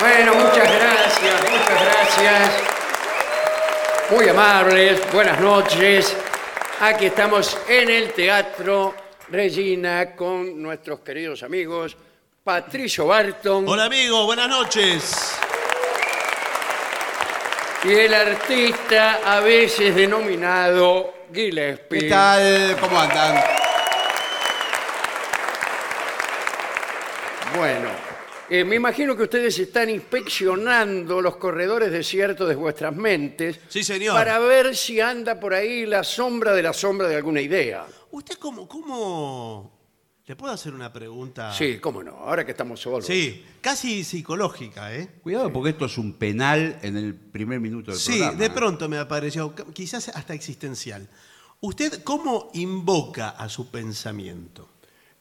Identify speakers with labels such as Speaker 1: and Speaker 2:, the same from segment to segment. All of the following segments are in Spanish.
Speaker 1: Bueno, muchas gracias, muchas gracias. Muy amables, buenas noches. Aquí estamos en el Teatro Regina con nuestros queridos amigos Patricio Barton
Speaker 2: Hola amigo, buenas noches.
Speaker 1: y el artista a veces denominado Gillespie.
Speaker 2: ¿Qué tal? ¿Cómo andan?
Speaker 1: Bueno, eh, me imagino que ustedes están inspeccionando los corredores desiertos de vuestras mentes
Speaker 2: Sí, señor.
Speaker 1: para ver si anda por ahí la sombra de la sombra de alguna idea.
Speaker 2: ¿Usted cómo, cómo... ¿Le puedo hacer una
Speaker 3: Ah.
Speaker 2: pregunta?
Speaker 1: Sí, cómo no, ahora que estamos solos.
Speaker 2: Sí, casi psicológica, ¿eh?
Speaker 3: Cuidado porque esto es un penal en el primer minuto del
Speaker 2: Sí,
Speaker 3: programa.
Speaker 2: de
Speaker 3: ¿eh?
Speaker 2: pronto me apareció, qu- quizás hasta existencial. ¿Usted cómo invoca a su pensamiento?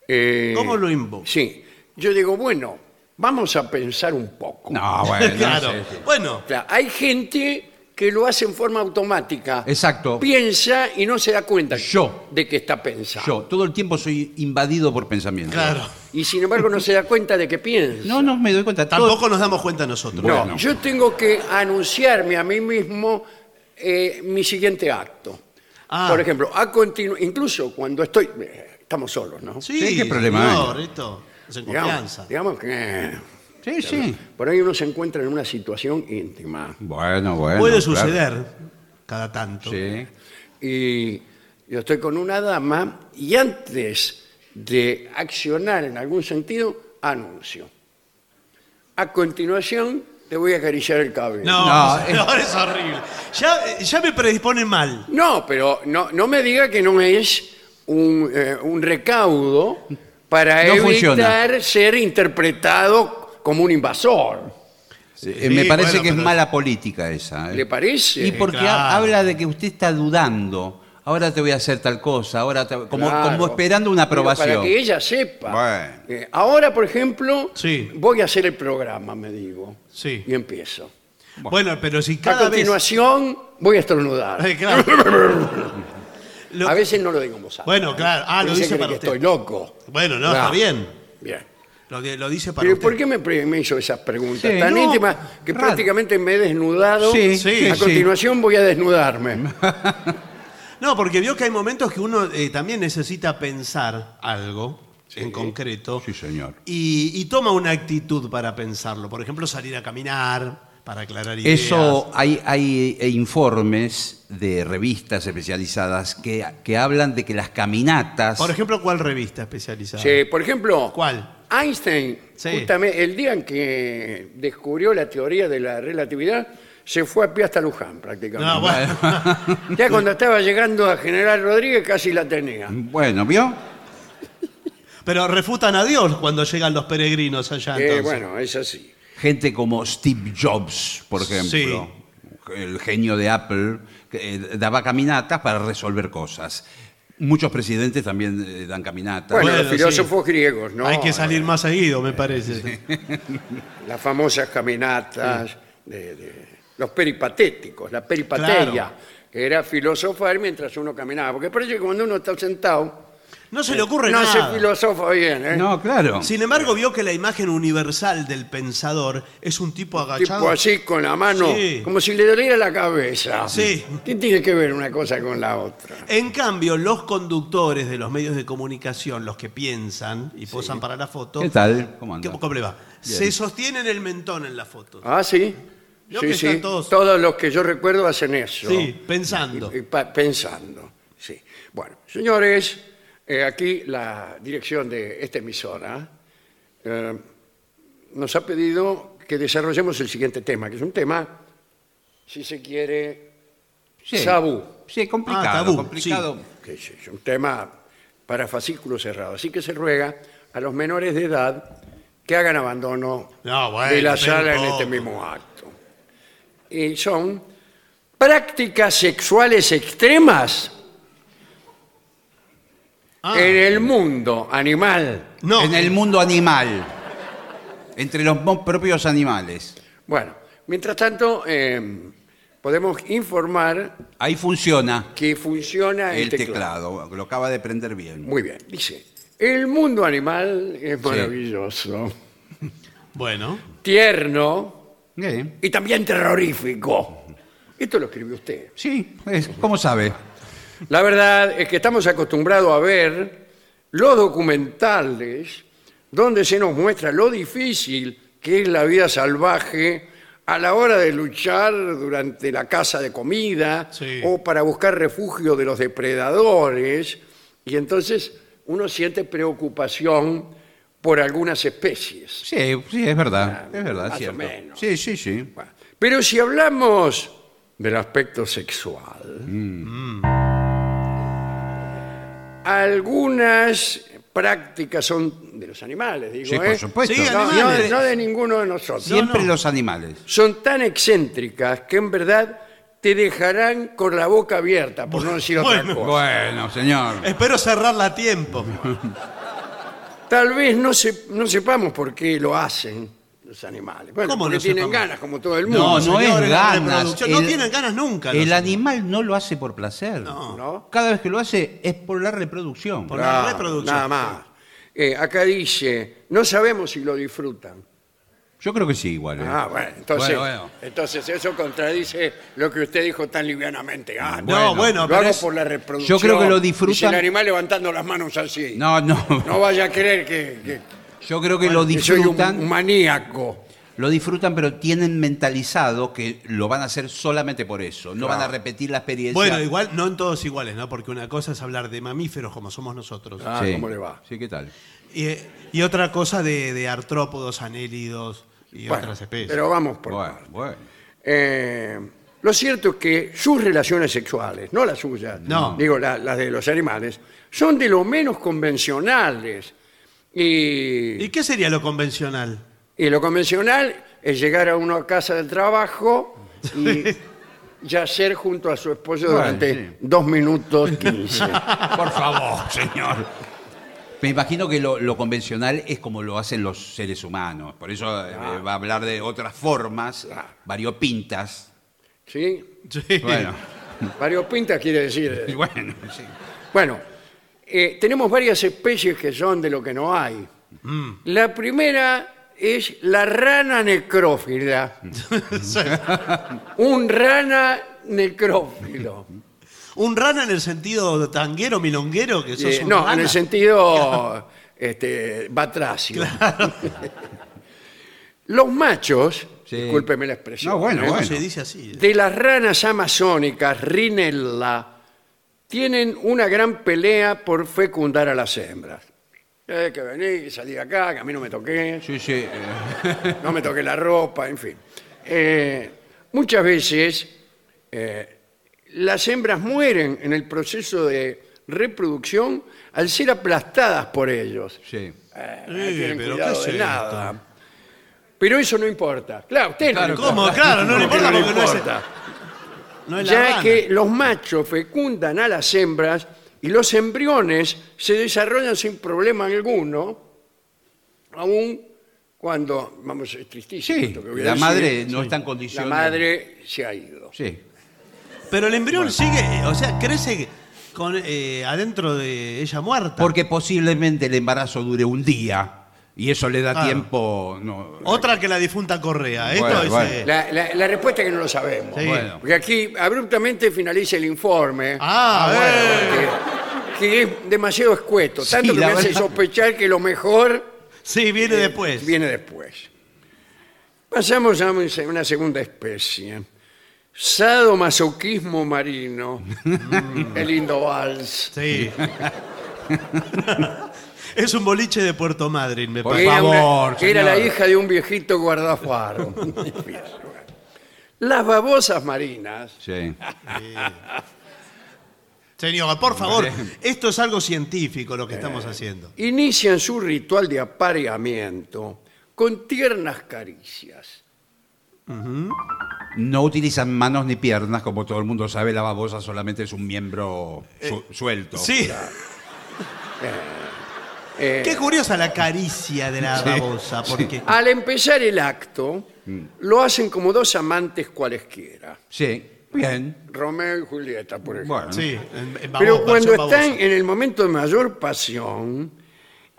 Speaker 1: Eh,
Speaker 2: ¿Cómo lo invoca?
Speaker 1: Sí, yo digo, bueno, vamos a pensar un poco.
Speaker 3: No, bueno.
Speaker 2: claro.
Speaker 3: sí, sí.
Speaker 2: Bueno,
Speaker 1: Claro, hay gente que lo hace en forma automática.
Speaker 3: Exacto.
Speaker 1: Piensa y no se da cuenta
Speaker 3: Yo.
Speaker 1: de que está pensando.
Speaker 3: Yo todo el tiempo soy invadido por pensamientos.
Speaker 2: claro.
Speaker 1: Y sin embargo no se da cuenta de que piensa.
Speaker 3: No, no me doy cuenta. Todo-
Speaker 2: Tampoco nos damos cuenta nosotros.
Speaker 1: No,
Speaker 3: Bueno.
Speaker 1: yo tengo que anunciarme a mí mismo eh, mi siguiente acto.
Speaker 2: Ah.
Speaker 1: Por ejemplo, a continu- incluso cuando estoy, eh, estamos solos, ¿no?
Speaker 3: Sí, qué problema
Speaker 2: señor, esto es en confianza.
Speaker 1: digamos, digamos que eh,
Speaker 3: Sí, sí.
Speaker 1: por ahí uno se encuentra en una situación íntima
Speaker 3: Bueno, bueno.
Speaker 2: Puede
Speaker 3: claro.
Speaker 2: suceder cada tanto.
Speaker 3: Sí.
Speaker 1: y yo estoy con una dama y antes de accionar en algún sentido, anuncio. A continuación, te voy a acariciar el cabello.
Speaker 2: No,
Speaker 3: No,
Speaker 2: no, es horrible. Ya, ya me predispone mal.
Speaker 1: No, pero no, no me diga que no es un, eh, un recaudo para
Speaker 3: No
Speaker 1: evitar
Speaker 3: funciona.
Speaker 1: ser interpretado como un invasor.
Speaker 3: Eh, me
Speaker 2: Sí,
Speaker 3: parece
Speaker 2: bueno,
Speaker 3: que es
Speaker 2: pero-
Speaker 3: mala política esa. ¿eh?
Speaker 1: ¿Le parece?
Speaker 3: Y porque ha-
Speaker 2: claro.
Speaker 3: habla de que usted está dudando. Ahora te voy a hacer tal cosa. Ahora te- como,
Speaker 1: Claro.
Speaker 3: como esperando una
Speaker 1: Pero
Speaker 3: aprobación.
Speaker 1: Para que ella sepa.
Speaker 3: Bueno.
Speaker 1: Eh, ahora, por ejemplo,
Speaker 2: Sí.
Speaker 1: voy a hacer el programa, me digo.
Speaker 2: Sí.
Speaker 1: Y empiezo.
Speaker 2: Bueno, pero si
Speaker 1: a
Speaker 2: cada vez.
Speaker 1: continuación, voy a estornudar.
Speaker 2: Eh, claro. Lo-
Speaker 1: A veces no lo digo en voz alta.
Speaker 2: Bueno, claro. Ah, lo
Speaker 1: Dicen
Speaker 2: dice
Speaker 1: que-
Speaker 2: para
Speaker 1: que
Speaker 2: usted.
Speaker 1: estoy loco.
Speaker 2: Bueno, no,
Speaker 1: Claro.
Speaker 2: está bien.
Speaker 1: Bien.
Speaker 2: Lo, di- lo dice para
Speaker 1: ¿Pero
Speaker 2: usted.
Speaker 1: por qué me, pre- me hizo esas preguntas
Speaker 3: Sí,
Speaker 1: tan
Speaker 3: no,
Speaker 1: íntimas que
Speaker 3: raro.
Speaker 1: prácticamente me he desnudado?
Speaker 3: Sí,
Speaker 2: sí,
Speaker 1: a
Speaker 3: sí.
Speaker 1: continuación voy a desnudarme.
Speaker 2: No, porque vio que hay momentos que uno eh, también necesita pensar algo en concreto.
Speaker 3: Sí, señor.
Speaker 2: Y, y toma una actitud para pensarlo. Por ejemplo, salir a caminar para aclarar ideas.
Speaker 3: Eso hay, hay eh, informes de revistas especializadas que, que hablan de que las caminatas.
Speaker 2: Por ejemplo, ¿cuál revista especializada?
Speaker 1: Sí, por ejemplo,
Speaker 2: ¿Cuál?
Speaker 1: Einstein,
Speaker 2: Sí.
Speaker 1: justamente el día en que descubrió la teoría de la relatividad, se fue a pie hasta Luján prácticamente.
Speaker 2: No, bueno.
Speaker 1: Ya cuando estaba llegando a General Rodríguez casi la tenía.
Speaker 3: Bueno, ¿vio?
Speaker 2: Pero refutan a Dios cuando llegan los peregrinos allá.
Speaker 1: Eh,
Speaker 2: Entonces.
Speaker 1: bueno, es así.
Speaker 3: Gente como Steve Jobs, por ejemplo,
Speaker 2: Sí.
Speaker 3: el genio de Apple, que eh, daba caminatas para resolver cosas. Muchos presidentes también eh, dan caminatas.
Speaker 1: Bueno,
Speaker 2: Bueno,
Speaker 1: los filósofos griegos, ¿no?
Speaker 2: Hay que salir más seguido, me parece.
Speaker 1: Las famosas caminatas de, de- los peripatéticos, la peripateia,
Speaker 2: Claro.
Speaker 1: que era filosofar mientras uno caminaba. Porque parece que cuando uno está sentado,
Speaker 2: No se le ocurre
Speaker 1: no se
Speaker 2: nada.
Speaker 1: filosofa bien, ¿eh?
Speaker 3: no, claro.
Speaker 2: Sin embargo, vio que la imagen universal del pensador es un tipo agachado.
Speaker 1: Tipo así con la mano,
Speaker 2: Sí.
Speaker 1: como si le doliera la cabeza.
Speaker 2: Sí.
Speaker 1: ¿Qué tiene que ver una cosa con la otra?
Speaker 2: En cambio, los conductores de los medios de comunicación, los que piensan y posan para la foto.
Speaker 3: ¿Qué tal? ¿Cómo anda?
Speaker 2: ¿Qué- cómo le va? Se sostienen el mentón en la foto.
Speaker 1: Ah, sí.
Speaker 2: Vio
Speaker 1: Sí,
Speaker 2: que
Speaker 1: sí.
Speaker 2: están todos-
Speaker 1: los que yo Eh, recuerdo hacen eso.
Speaker 2: Sí, pensando.
Speaker 1: Y pa- pensando. Sí. Bueno, señores, eh, aquí la dirección de esta emisora eh, nos ha pedido que desarrollemos el siguiente tema, que es un tema, si se quiere,
Speaker 3: Sí.
Speaker 1: sabú,
Speaker 3: Sí, complicado.
Speaker 2: Ah, tabú,
Speaker 3: complicado.
Speaker 1: que es es un tema para fascículo cerrado. Así que se ruega a los menores de edad que hagan abandono
Speaker 2: No, bueno,
Speaker 1: de la este
Speaker 2: espera un
Speaker 1: sala en
Speaker 2: poco.
Speaker 1: este mismo acto. Y son prácticas sexuales extremas
Speaker 2: Ah,
Speaker 1: en el mundo animal.
Speaker 2: no.
Speaker 3: En el mundo animal. Entre los mo- propios animales.
Speaker 1: Bueno, mientras tanto, eh, podemos informar
Speaker 3: Ahí funciona
Speaker 1: que funciona el,
Speaker 3: el teclado. Lo acaba de prender bien.
Speaker 1: Muy bien, dice, el mundo animal es maravilloso,
Speaker 2: Bueno.
Speaker 1: tierno
Speaker 3: Eh,
Speaker 1: y también terrorífico. Esto lo escribió usted.
Speaker 3: Sí, es- ¿cómo sabe?
Speaker 1: La verdad es que estamos acostumbrados a ver los documentales donde se nos muestra lo difícil que es la vida salvaje a la hora de luchar durante la caza de comida
Speaker 2: Sí.
Speaker 1: o para buscar refugio de los depredadores y entonces uno siente preocupación por algunas especies.
Speaker 3: Sí, sí, es verdad. Es verdad,
Speaker 1: Más
Speaker 3: es
Speaker 1: o
Speaker 3: cierto.
Speaker 1: menos.
Speaker 3: Sí, sí, sí.
Speaker 1: Bueno, Pero si hablamos del aspecto sexual, algunas prácticas son de los animales, digo,
Speaker 3: Sí, por
Speaker 1: ¿eh?
Speaker 3: supuesto.
Speaker 2: Sí,
Speaker 1: No, no,
Speaker 2: animales.
Speaker 1: no de ninguno de nosotros.
Speaker 3: Siempre
Speaker 2: no.
Speaker 3: los animales.
Speaker 1: Son tan excéntricas que en verdad te dejarán con la boca abierta, por no decir otra
Speaker 2: Bueno,
Speaker 1: cosa.
Speaker 3: Bueno, señor.
Speaker 2: Espero cerrarla a tiempo.
Speaker 1: Tal vez no, se- no sepamos por qué lo hacen los animales. Bueno,
Speaker 2: ¿Cómo
Speaker 1: porque
Speaker 2: no
Speaker 1: tienen
Speaker 2: sepamos?
Speaker 1: ganas, como todo el
Speaker 3: No,
Speaker 1: mundo.
Speaker 3: no
Speaker 2: señores,
Speaker 3: es
Speaker 2: la
Speaker 3: ganas.
Speaker 2: reproducción. No tienen ganas nunca los
Speaker 3: El animal no lo hace por placer.
Speaker 2: No.
Speaker 1: ¿no?
Speaker 3: Cada vez que lo hace es por la reproducción.
Speaker 2: Por- la
Speaker 1: Claro,
Speaker 2: reproducción.
Speaker 1: Nada más. Eh, acá dice, no sabemos si lo disfrutan.
Speaker 3: Yo creo que sí, igual. ¿eh?
Speaker 1: Ah, bueno, entonces,
Speaker 3: Bueno, bueno.
Speaker 1: entonces eso contradice lo que usted dijo tan livianamente. Ah,
Speaker 3: Bueno,
Speaker 2: no, bueno,
Speaker 1: lo
Speaker 2: pero
Speaker 1: hago
Speaker 2: es-
Speaker 1: por la reproducción.
Speaker 3: yo creo que lo
Speaker 1: Dice
Speaker 3: disfrutan-
Speaker 1: el animal levantando las manos así. No,
Speaker 3: No, no.
Speaker 1: vaya a creer que, que-
Speaker 3: Yo creo que lo
Speaker 1: que soy un,
Speaker 3: disfrutan.
Speaker 1: un maníaco.
Speaker 3: Lo disfrutan, pero tienen mentalizado que lo van a hacer solamente por eso. No van a repetir la experiencia.
Speaker 2: Bueno, igual, no en todos iguales, ¿no? Porque una cosa es hablar de mamíferos como somos nosotros.
Speaker 1: Ah, ¿cómo le va?
Speaker 3: Sí, ¿qué tal?
Speaker 2: Y, y otra cosa de, de artrópodos, anélidos y
Speaker 1: Bueno,
Speaker 2: otras especies.
Speaker 1: pero vamos por...
Speaker 3: Bueno, bueno.
Speaker 1: Eh, lo cierto es que sus relaciones sexuales, no las suyas,
Speaker 2: No.
Speaker 1: digo la- las de los animales, son de lo menos convencionales. Y,
Speaker 2: ¿Y qué sería lo convencional?
Speaker 1: y lo convencional es llegar a uno a casa del trabajo y yacer junto a su esposo
Speaker 3: Bueno,
Speaker 1: durante
Speaker 3: sí.
Speaker 1: dos minutos quince.
Speaker 3: Por favor, señor. Me imagino que lo, lo convencional es como lo hacen los seres humanos. Por eso eh,
Speaker 1: Ah.
Speaker 3: va a hablar de otras formas, variopintas.
Speaker 1: ¿Sí?
Speaker 2: Sí.
Speaker 3: Bueno,
Speaker 1: Variopinta quiere decir. eh.
Speaker 3: bueno, sí.
Speaker 1: Bueno, eh, tenemos varias especies que son de lo que no hay.
Speaker 3: Mm.
Speaker 1: La primera es la rana necrófila. Un rana necrófilo.
Speaker 2: Un rana en el sentido tanguero, milonguero, que sos
Speaker 1: Eh,
Speaker 2: un
Speaker 1: no, en
Speaker 2: rana.
Speaker 1: el sentido este, batracio. Los machos,
Speaker 3: Sí.
Speaker 1: discúlpeme la expresión,
Speaker 3: No, bueno,
Speaker 1: ¿eh?
Speaker 2: No
Speaker 3: bueno.
Speaker 2: se dice así.
Speaker 1: de las ranas amazónicas, Rinella, tienen una gran pelea por fecundar a las hembras. Eh, que vení, que salí de acá, que a mí no me toqué,
Speaker 3: Sí, sí. eh,
Speaker 1: no me toqué la ropa, en fin. Eh, muchas veces eh, las hembras mueren en el proceso de reproducción al ser aplastadas por ellos.
Speaker 3: sí.
Speaker 1: Eh, no
Speaker 2: Eh,
Speaker 1: tienen
Speaker 2: pero
Speaker 1: cuidado
Speaker 2: ¿qué es
Speaker 1: de
Speaker 2: esto?
Speaker 1: nada. Pero eso no importa. Claro, a usted no le
Speaker 3: Claro,
Speaker 2: ¿Cómo?
Speaker 1: importa.
Speaker 2: Claro, no le
Speaker 1: Porque
Speaker 2: importa porque no es,
Speaker 1: importa
Speaker 2: no es la
Speaker 1: ya
Speaker 2: rana.
Speaker 1: que los machos fecundan a las hembras y los embriones se desarrollan sin problema alguno, aun cuando, vamos, es tristísimo.
Speaker 3: Sí,
Speaker 1: esto que voy a
Speaker 3: la
Speaker 1: decir.
Speaker 3: madre no está en
Speaker 1: La
Speaker 3: condiciones.
Speaker 1: madre se ha ido.
Speaker 3: Sí.
Speaker 2: Pero el embrión sigue, eh, o sea, crece con, eh, adentro de ella muerta.
Speaker 3: Porque posiblemente el embarazo dure un día y eso le da
Speaker 1: Ah.
Speaker 2: Claro.
Speaker 3: tiempo. no-
Speaker 2: Otra que la difunta Correa.
Speaker 3: Bueno,
Speaker 2: Esto es,
Speaker 3: bueno.
Speaker 2: eh,
Speaker 1: La, la- la respuesta es que no lo sabemos.
Speaker 2: Sí.
Speaker 3: Bueno.
Speaker 1: Porque aquí abruptamente finaliza el informe.
Speaker 2: Ah,
Speaker 1: bueno, que, que es demasiado escueto,
Speaker 3: Sí,
Speaker 1: tanto que me
Speaker 3: la
Speaker 1: hace
Speaker 3: verdad.
Speaker 1: sospechar que lo mejor
Speaker 2: Sí, viene
Speaker 1: Eh,
Speaker 2: después.
Speaker 1: Viene después. Pasamos a un- una segunda especie. Sadomasoquismo marino.
Speaker 3: Mm.
Speaker 1: El lindo vals.
Speaker 2: Sí. es un boliche de Puerto Madryn, me
Speaker 3: Por
Speaker 2: parece.
Speaker 1: era una-
Speaker 3: favor,
Speaker 1: era la
Speaker 3: señor.
Speaker 1: hija de un viejito guardafaro. Las babosas marinas.
Speaker 3: Sí.
Speaker 2: Señor, por favor, esto es algo científico lo que
Speaker 1: Eh,
Speaker 2: estamos haciendo.
Speaker 1: inician su ritual de apareamiento con tiernas caricias.
Speaker 3: No utilizan manos ni piernas, como todo el mundo sabe, la babosa solamente es un miembro su- suelto.
Speaker 2: Sí.
Speaker 1: Eh, Ah.
Speaker 2: Qué curiosa la caricia de la
Speaker 3: Sí,
Speaker 2: babosa, porque
Speaker 1: al empezar el acto,
Speaker 3: Mm.
Speaker 1: lo hacen como dos amantes cualesquiera.
Speaker 3: Sí, bien.
Speaker 1: Romeo y Julieta, por ejemplo.
Speaker 3: Bueno,
Speaker 2: sí, en- en
Speaker 1: Pero
Speaker 2: babosa,
Speaker 1: cuando
Speaker 2: en babosa.
Speaker 1: están en el momento de mayor pasión,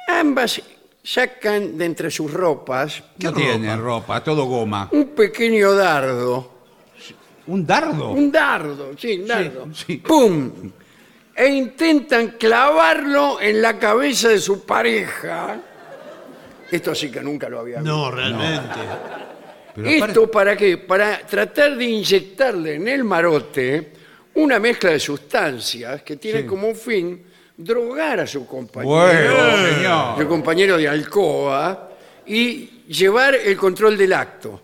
Speaker 1: ambas sacan de entre sus ropas
Speaker 3: no
Speaker 2: ¿Qué
Speaker 3: tiene ropa, todo goma.
Speaker 1: un pequeño dardo.
Speaker 3: ¿Un dardo?
Speaker 1: Un dardo, sí, un dardo.
Speaker 3: sí.
Speaker 1: ¡Pum! E intentan clavarlo en la cabeza de su pareja. Esto sí que nunca lo había visto.
Speaker 2: No, realmente.
Speaker 3: Pero
Speaker 1: ¿Esto para qué? Para tratar de inyectarle en el marote una mezcla de sustancias que tiene como fin drogar a su
Speaker 3: apare-
Speaker 1: compañero,
Speaker 3: Bueno,
Speaker 1: su
Speaker 3: señor.
Speaker 1: compañero de alcoba y llevar el control del acto.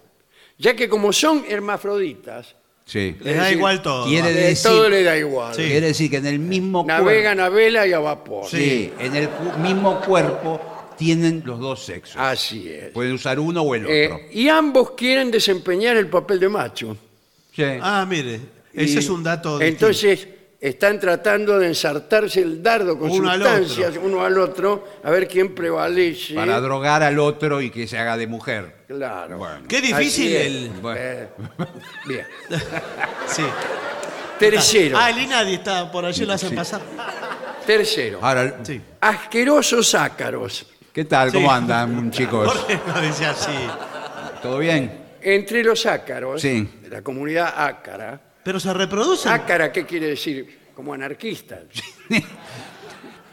Speaker 1: Ya que como son hermafroditas,
Speaker 3: Sí.
Speaker 2: Les da
Speaker 1: decir,
Speaker 2: igual todo.
Speaker 3: tiene-
Speaker 1: eh,
Speaker 3: decir-
Speaker 1: todo le da igual.
Speaker 2: Sí.
Speaker 3: Quiere decir que en el mismo cuerpo.
Speaker 1: Navegan a vela y a vapor.
Speaker 3: Sí, en el cu- mismo cuerpo tienen los dos sexos.
Speaker 1: Así es.
Speaker 3: Pueden usar uno o el otro.
Speaker 1: Ah. Eh, y ambos quieren desempeñar el papel de macho.
Speaker 3: Sí.
Speaker 2: Ah, mire, ese
Speaker 1: Y
Speaker 2: es un dato.
Speaker 1: Entonces están tratando de ensartarse el dardo con
Speaker 2: Uno al
Speaker 1: sustancias uno al otro a ver quién prevalece.
Speaker 3: Para drogar al otro y que se haga de mujer.
Speaker 1: Claro.
Speaker 3: Bueno.
Speaker 2: distinto. Qué difícil
Speaker 1: Así es.
Speaker 2: el.
Speaker 3: Bueno.
Speaker 1: Eh, bien.
Speaker 2: Sí.
Speaker 1: Tercero.
Speaker 2: Ah, el Inadi está por allí, lo hacen pasar. Ah,
Speaker 1: Tercero.
Speaker 3: Ahora,
Speaker 2: Sí.
Speaker 1: Asquerosos ácaros.
Speaker 3: ¿qué tal? ¿Cómo
Speaker 2: Sí.
Speaker 3: andan,
Speaker 2: ¿Por
Speaker 1: Pues-
Speaker 3: chicos?
Speaker 2: qué no dice así?
Speaker 3: ¿Todo bien?
Speaker 1: Entre los ácaros,
Speaker 3: Sí.
Speaker 1: de la comunidad ácara.
Speaker 2: Pero se reproducen.
Speaker 1: Ácara, ¿qué quiere decir? Como anarquista.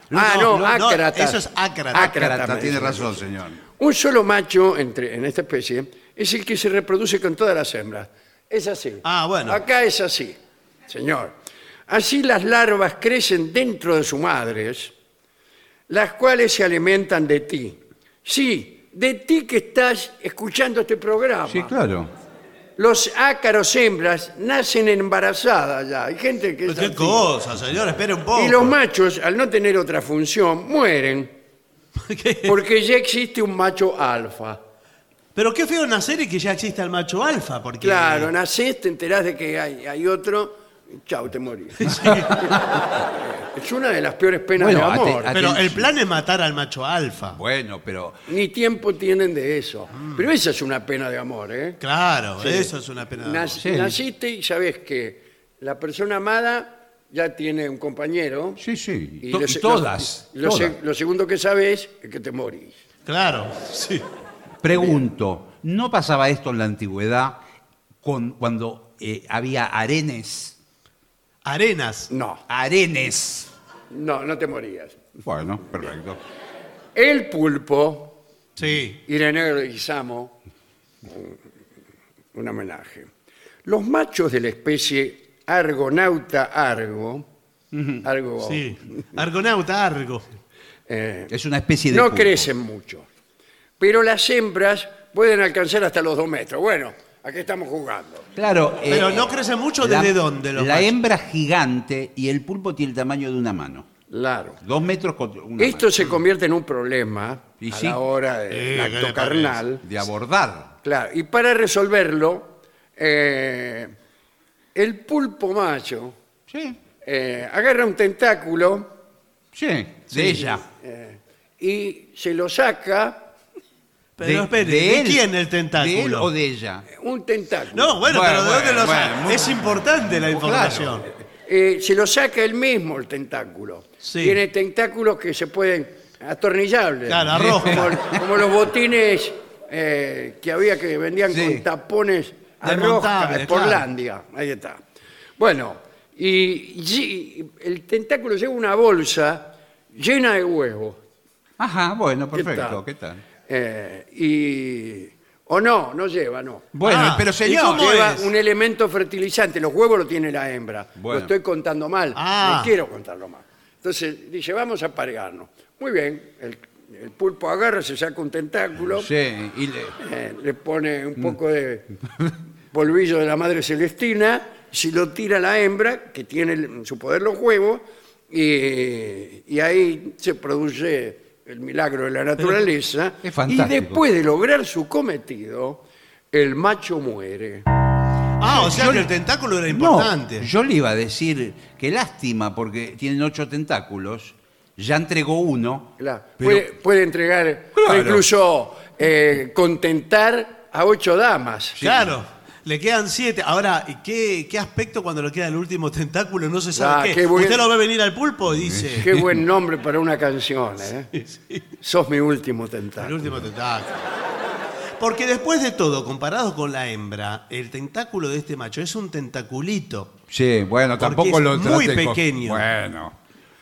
Speaker 2: No,
Speaker 1: ah, no,
Speaker 2: no, no,
Speaker 1: ácrata.
Speaker 2: eso es ácrata.
Speaker 1: Ácrata,
Speaker 3: Carata,
Speaker 1: me
Speaker 3: tiene
Speaker 1: dice.
Speaker 3: razón, señor.
Speaker 1: Un solo macho entre, en esta especie es el que se reproduce con todas las hembras. Es así.
Speaker 2: Ah, bueno.
Speaker 1: Acá es así, señor. Así las larvas crecen dentro de sus madres, las cuales se alimentan de ti. Sí, de ti que estás escuchando este programa.
Speaker 3: Sí, claro.
Speaker 1: Los ácaros hembras nacen embarazadas ya. Hay gente que... es
Speaker 2: Pero qué
Speaker 1: así.
Speaker 2: cosa, señor, espere un poco.
Speaker 1: Y los machos, al no tener otra función, mueren
Speaker 2: ¿Qué?
Speaker 1: porque ya existe un macho alfa.
Speaker 2: Pero qué feo nacer y que ya exista el macho alfa, porque.
Speaker 3: Eh,
Speaker 1: Claro, nacés, te enterás de que hay, hay otro, chau, te morís. es una de las peores penas
Speaker 3: Bueno,
Speaker 1: del amor.
Speaker 3: ate-
Speaker 2: Pero el
Speaker 3: Atención.
Speaker 2: plan es matar al macho alfa.
Speaker 3: Bueno, pero
Speaker 1: Ni tiempo tienen de eso.
Speaker 3: Ah.
Speaker 1: Pero esa es una pena de amor, ¿eh?
Speaker 2: Claro, eso es una pena. de
Speaker 1: Nac-
Speaker 2: amor.
Speaker 3: sí.
Speaker 1: Naciste y sabés que la persona amada ya tiene un compañero.
Speaker 3: Sí, sí.
Speaker 1: Y e-
Speaker 3: To-
Speaker 1: lo
Speaker 3: y
Speaker 1: se- lo-
Speaker 3: todas.
Speaker 1: Lo, se-
Speaker 3: todas.
Speaker 1: lo segundo que sabés es que te morís.
Speaker 2: Claro, sí.
Speaker 3: Pregunto, ¿no pasaba esto en la antigüedad con, cuando eh, había arenes?
Speaker 2: Arenas.
Speaker 1: No,
Speaker 3: Arenes.
Speaker 1: no, no te morías.
Speaker 3: Bueno, perfecto.
Speaker 1: El pulpo,
Speaker 2: Sí.
Speaker 1: Ireneo y Samo, un- un homenaje. Los machos de la especie Argonauta argo, argo
Speaker 2: Sí. Argonauta, Argo.
Speaker 1: eh,
Speaker 3: Es una especie de.
Speaker 1: no
Speaker 3: pulpo.
Speaker 1: crecen mucho, pero las hembras pueden alcanzar hasta los dos metros. Bueno, aquí estamos jugando.
Speaker 3: Claro. eh,
Speaker 2: Pero no crecen mucho,
Speaker 3: la-
Speaker 2: ¿desde dónde los
Speaker 3: La
Speaker 2: machos?
Speaker 3: hembra gigante y el pulpo tiene el tamaño de una mano.
Speaker 1: Claro.
Speaker 3: Dos metros con una
Speaker 1: Esto se convierte en un problema
Speaker 3: Y
Speaker 1: a
Speaker 3: sí.
Speaker 1: la hora del
Speaker 2: Eh, ¿qué
Speaker 1: acto
Speaker 2: le parece?
Speaker 1: carnal.
Speaker 3: mano. De abordar.
Speaker 1: Claro, y para resolverlo, eh, el pulpo macho
Speaker 3: Sí,
Speaker 1: eh, agarra un tentáculo
Speaker 3: sí. De ella.
Speaker 1: y se lo saca
Speaker 2: Pero
Speaker 3: de,
Speaker 2: espere, ¿de,
Speaker 3: él.
Speaker 2: quién el
Speaker 3: ¿De él
Speaker 2: tentáculo?
Speaker 3: o de ella?
Speaker 1: un tentáculo.
Speaker 2: No, bueno,
Speaker 3: Bueno,
Speaker 2: pero ¿de dónde
Speaker 3: bueno,
Speaker 2: lo
Speaker 3: bueno,
Speaker 2: saca?
Speaker 3: muy-
Speaker 2: Es importante la
Speaker 3: Muy
Speaker 2: información.
Speaker 1: Eh, se lo saca él mismo el tentáculo.
Speaker 2: Sí.
Speaker 1: Tiene tentáculos que se pueden atornillables.
Speaker 2: Claro,
Speaker 1: Como,
Speaker 2: arroz.
Speaker 1: como los botines eh, que había que vendían
Speaker 3: Sí.
Speaker 1: con tapones a
Speaker 2: Desmontables,
Speaker 1: rosca,
Speaker 2: claro.
Speaker 1: por Landia. Ahí está. Bueno, y, y el tentáculo lleva una bolsa llena de huevos.
Speaker 3: Ajá, bueno,
Speaker 1: ¿Qué tal?
Speaker 3: perfecto. ¿Qué tal?
Speaker 1: Eh, y. O no, no lleva, no.
Speaker 3: Bueno,
Speaker 2: Ah,
Speaker 3: pero
Speaker 2: ¿y
Speaker 3: señor.
Speaker 2: cómo
Speaker 1: lleva
Speaker 2: es?
Speaker 1: un elemento fertilizante. Los huevos lo tiene la hembra. Lo
Speaker 3: Bueno.
Speaker 1: estoy contando mal.
Speaker 2: Ah.
Speaker 1: No quiero contarlo mal. Entonces dice, vamos a parearnos. Muy bien. El, el pulpo agarra, se saca un tentáculo,
Speaker 3: Sí, Mm. y le-
Speaker 1: eh, le pone un poco de polvillo de la madre celestina, si lo tira la hembra, que tiene en su poder los huevos, y, y ahí se produce el milagro de la naturaleza. y
Speaker 3: es fantástico.
Speaker 1: después de lograr su cometido, el macho muere.
Speaker 2: Ah, o sea
Speaker 3: Yo-
Speaker 2: que el tentáculo era importante.
Speaker 3: No, yo le iba a decir que lástima porque tienen ocho tentáculos, ya entregó uno.
Speaker 1: Claro,
Speaker 3: pero-
Speaker 1: puede, puede entregar, puede
Speaker 3: Claro.
Speaker 1: incluso eh, contentar a ocho damas.
Speaker 2: Claro. Le quedan siete. Ahora, ¿y ¿qué, ¿qué aspecto cuando le queda el último tentáculo? No se
Speaker 1: Ah,
Speaker 2: sabe qué.
Speaker 1: qué buen-
Speaker 2: Usted lo ve venir al pulpo y dice.
Speaker 1: Qué buen nombre para una canción, ¿eh? Sos mi último
Speaker 2: El
Speaker 1: tentáculo.
Speaker 2: último tentáculo. Porque después de todo, comparado con la hembra, el tentáculo de este macho es un tentaculito.
Speaker 3: Sí, bueno,
Speaker 2: Porque
Speaker 3: tampoco
Speaker 2: es
Speaker 3: lo
Speaker 2: muy
Speaker 3: trate con-
Speaker 2: pequeño.
Speaker 3: Bueno.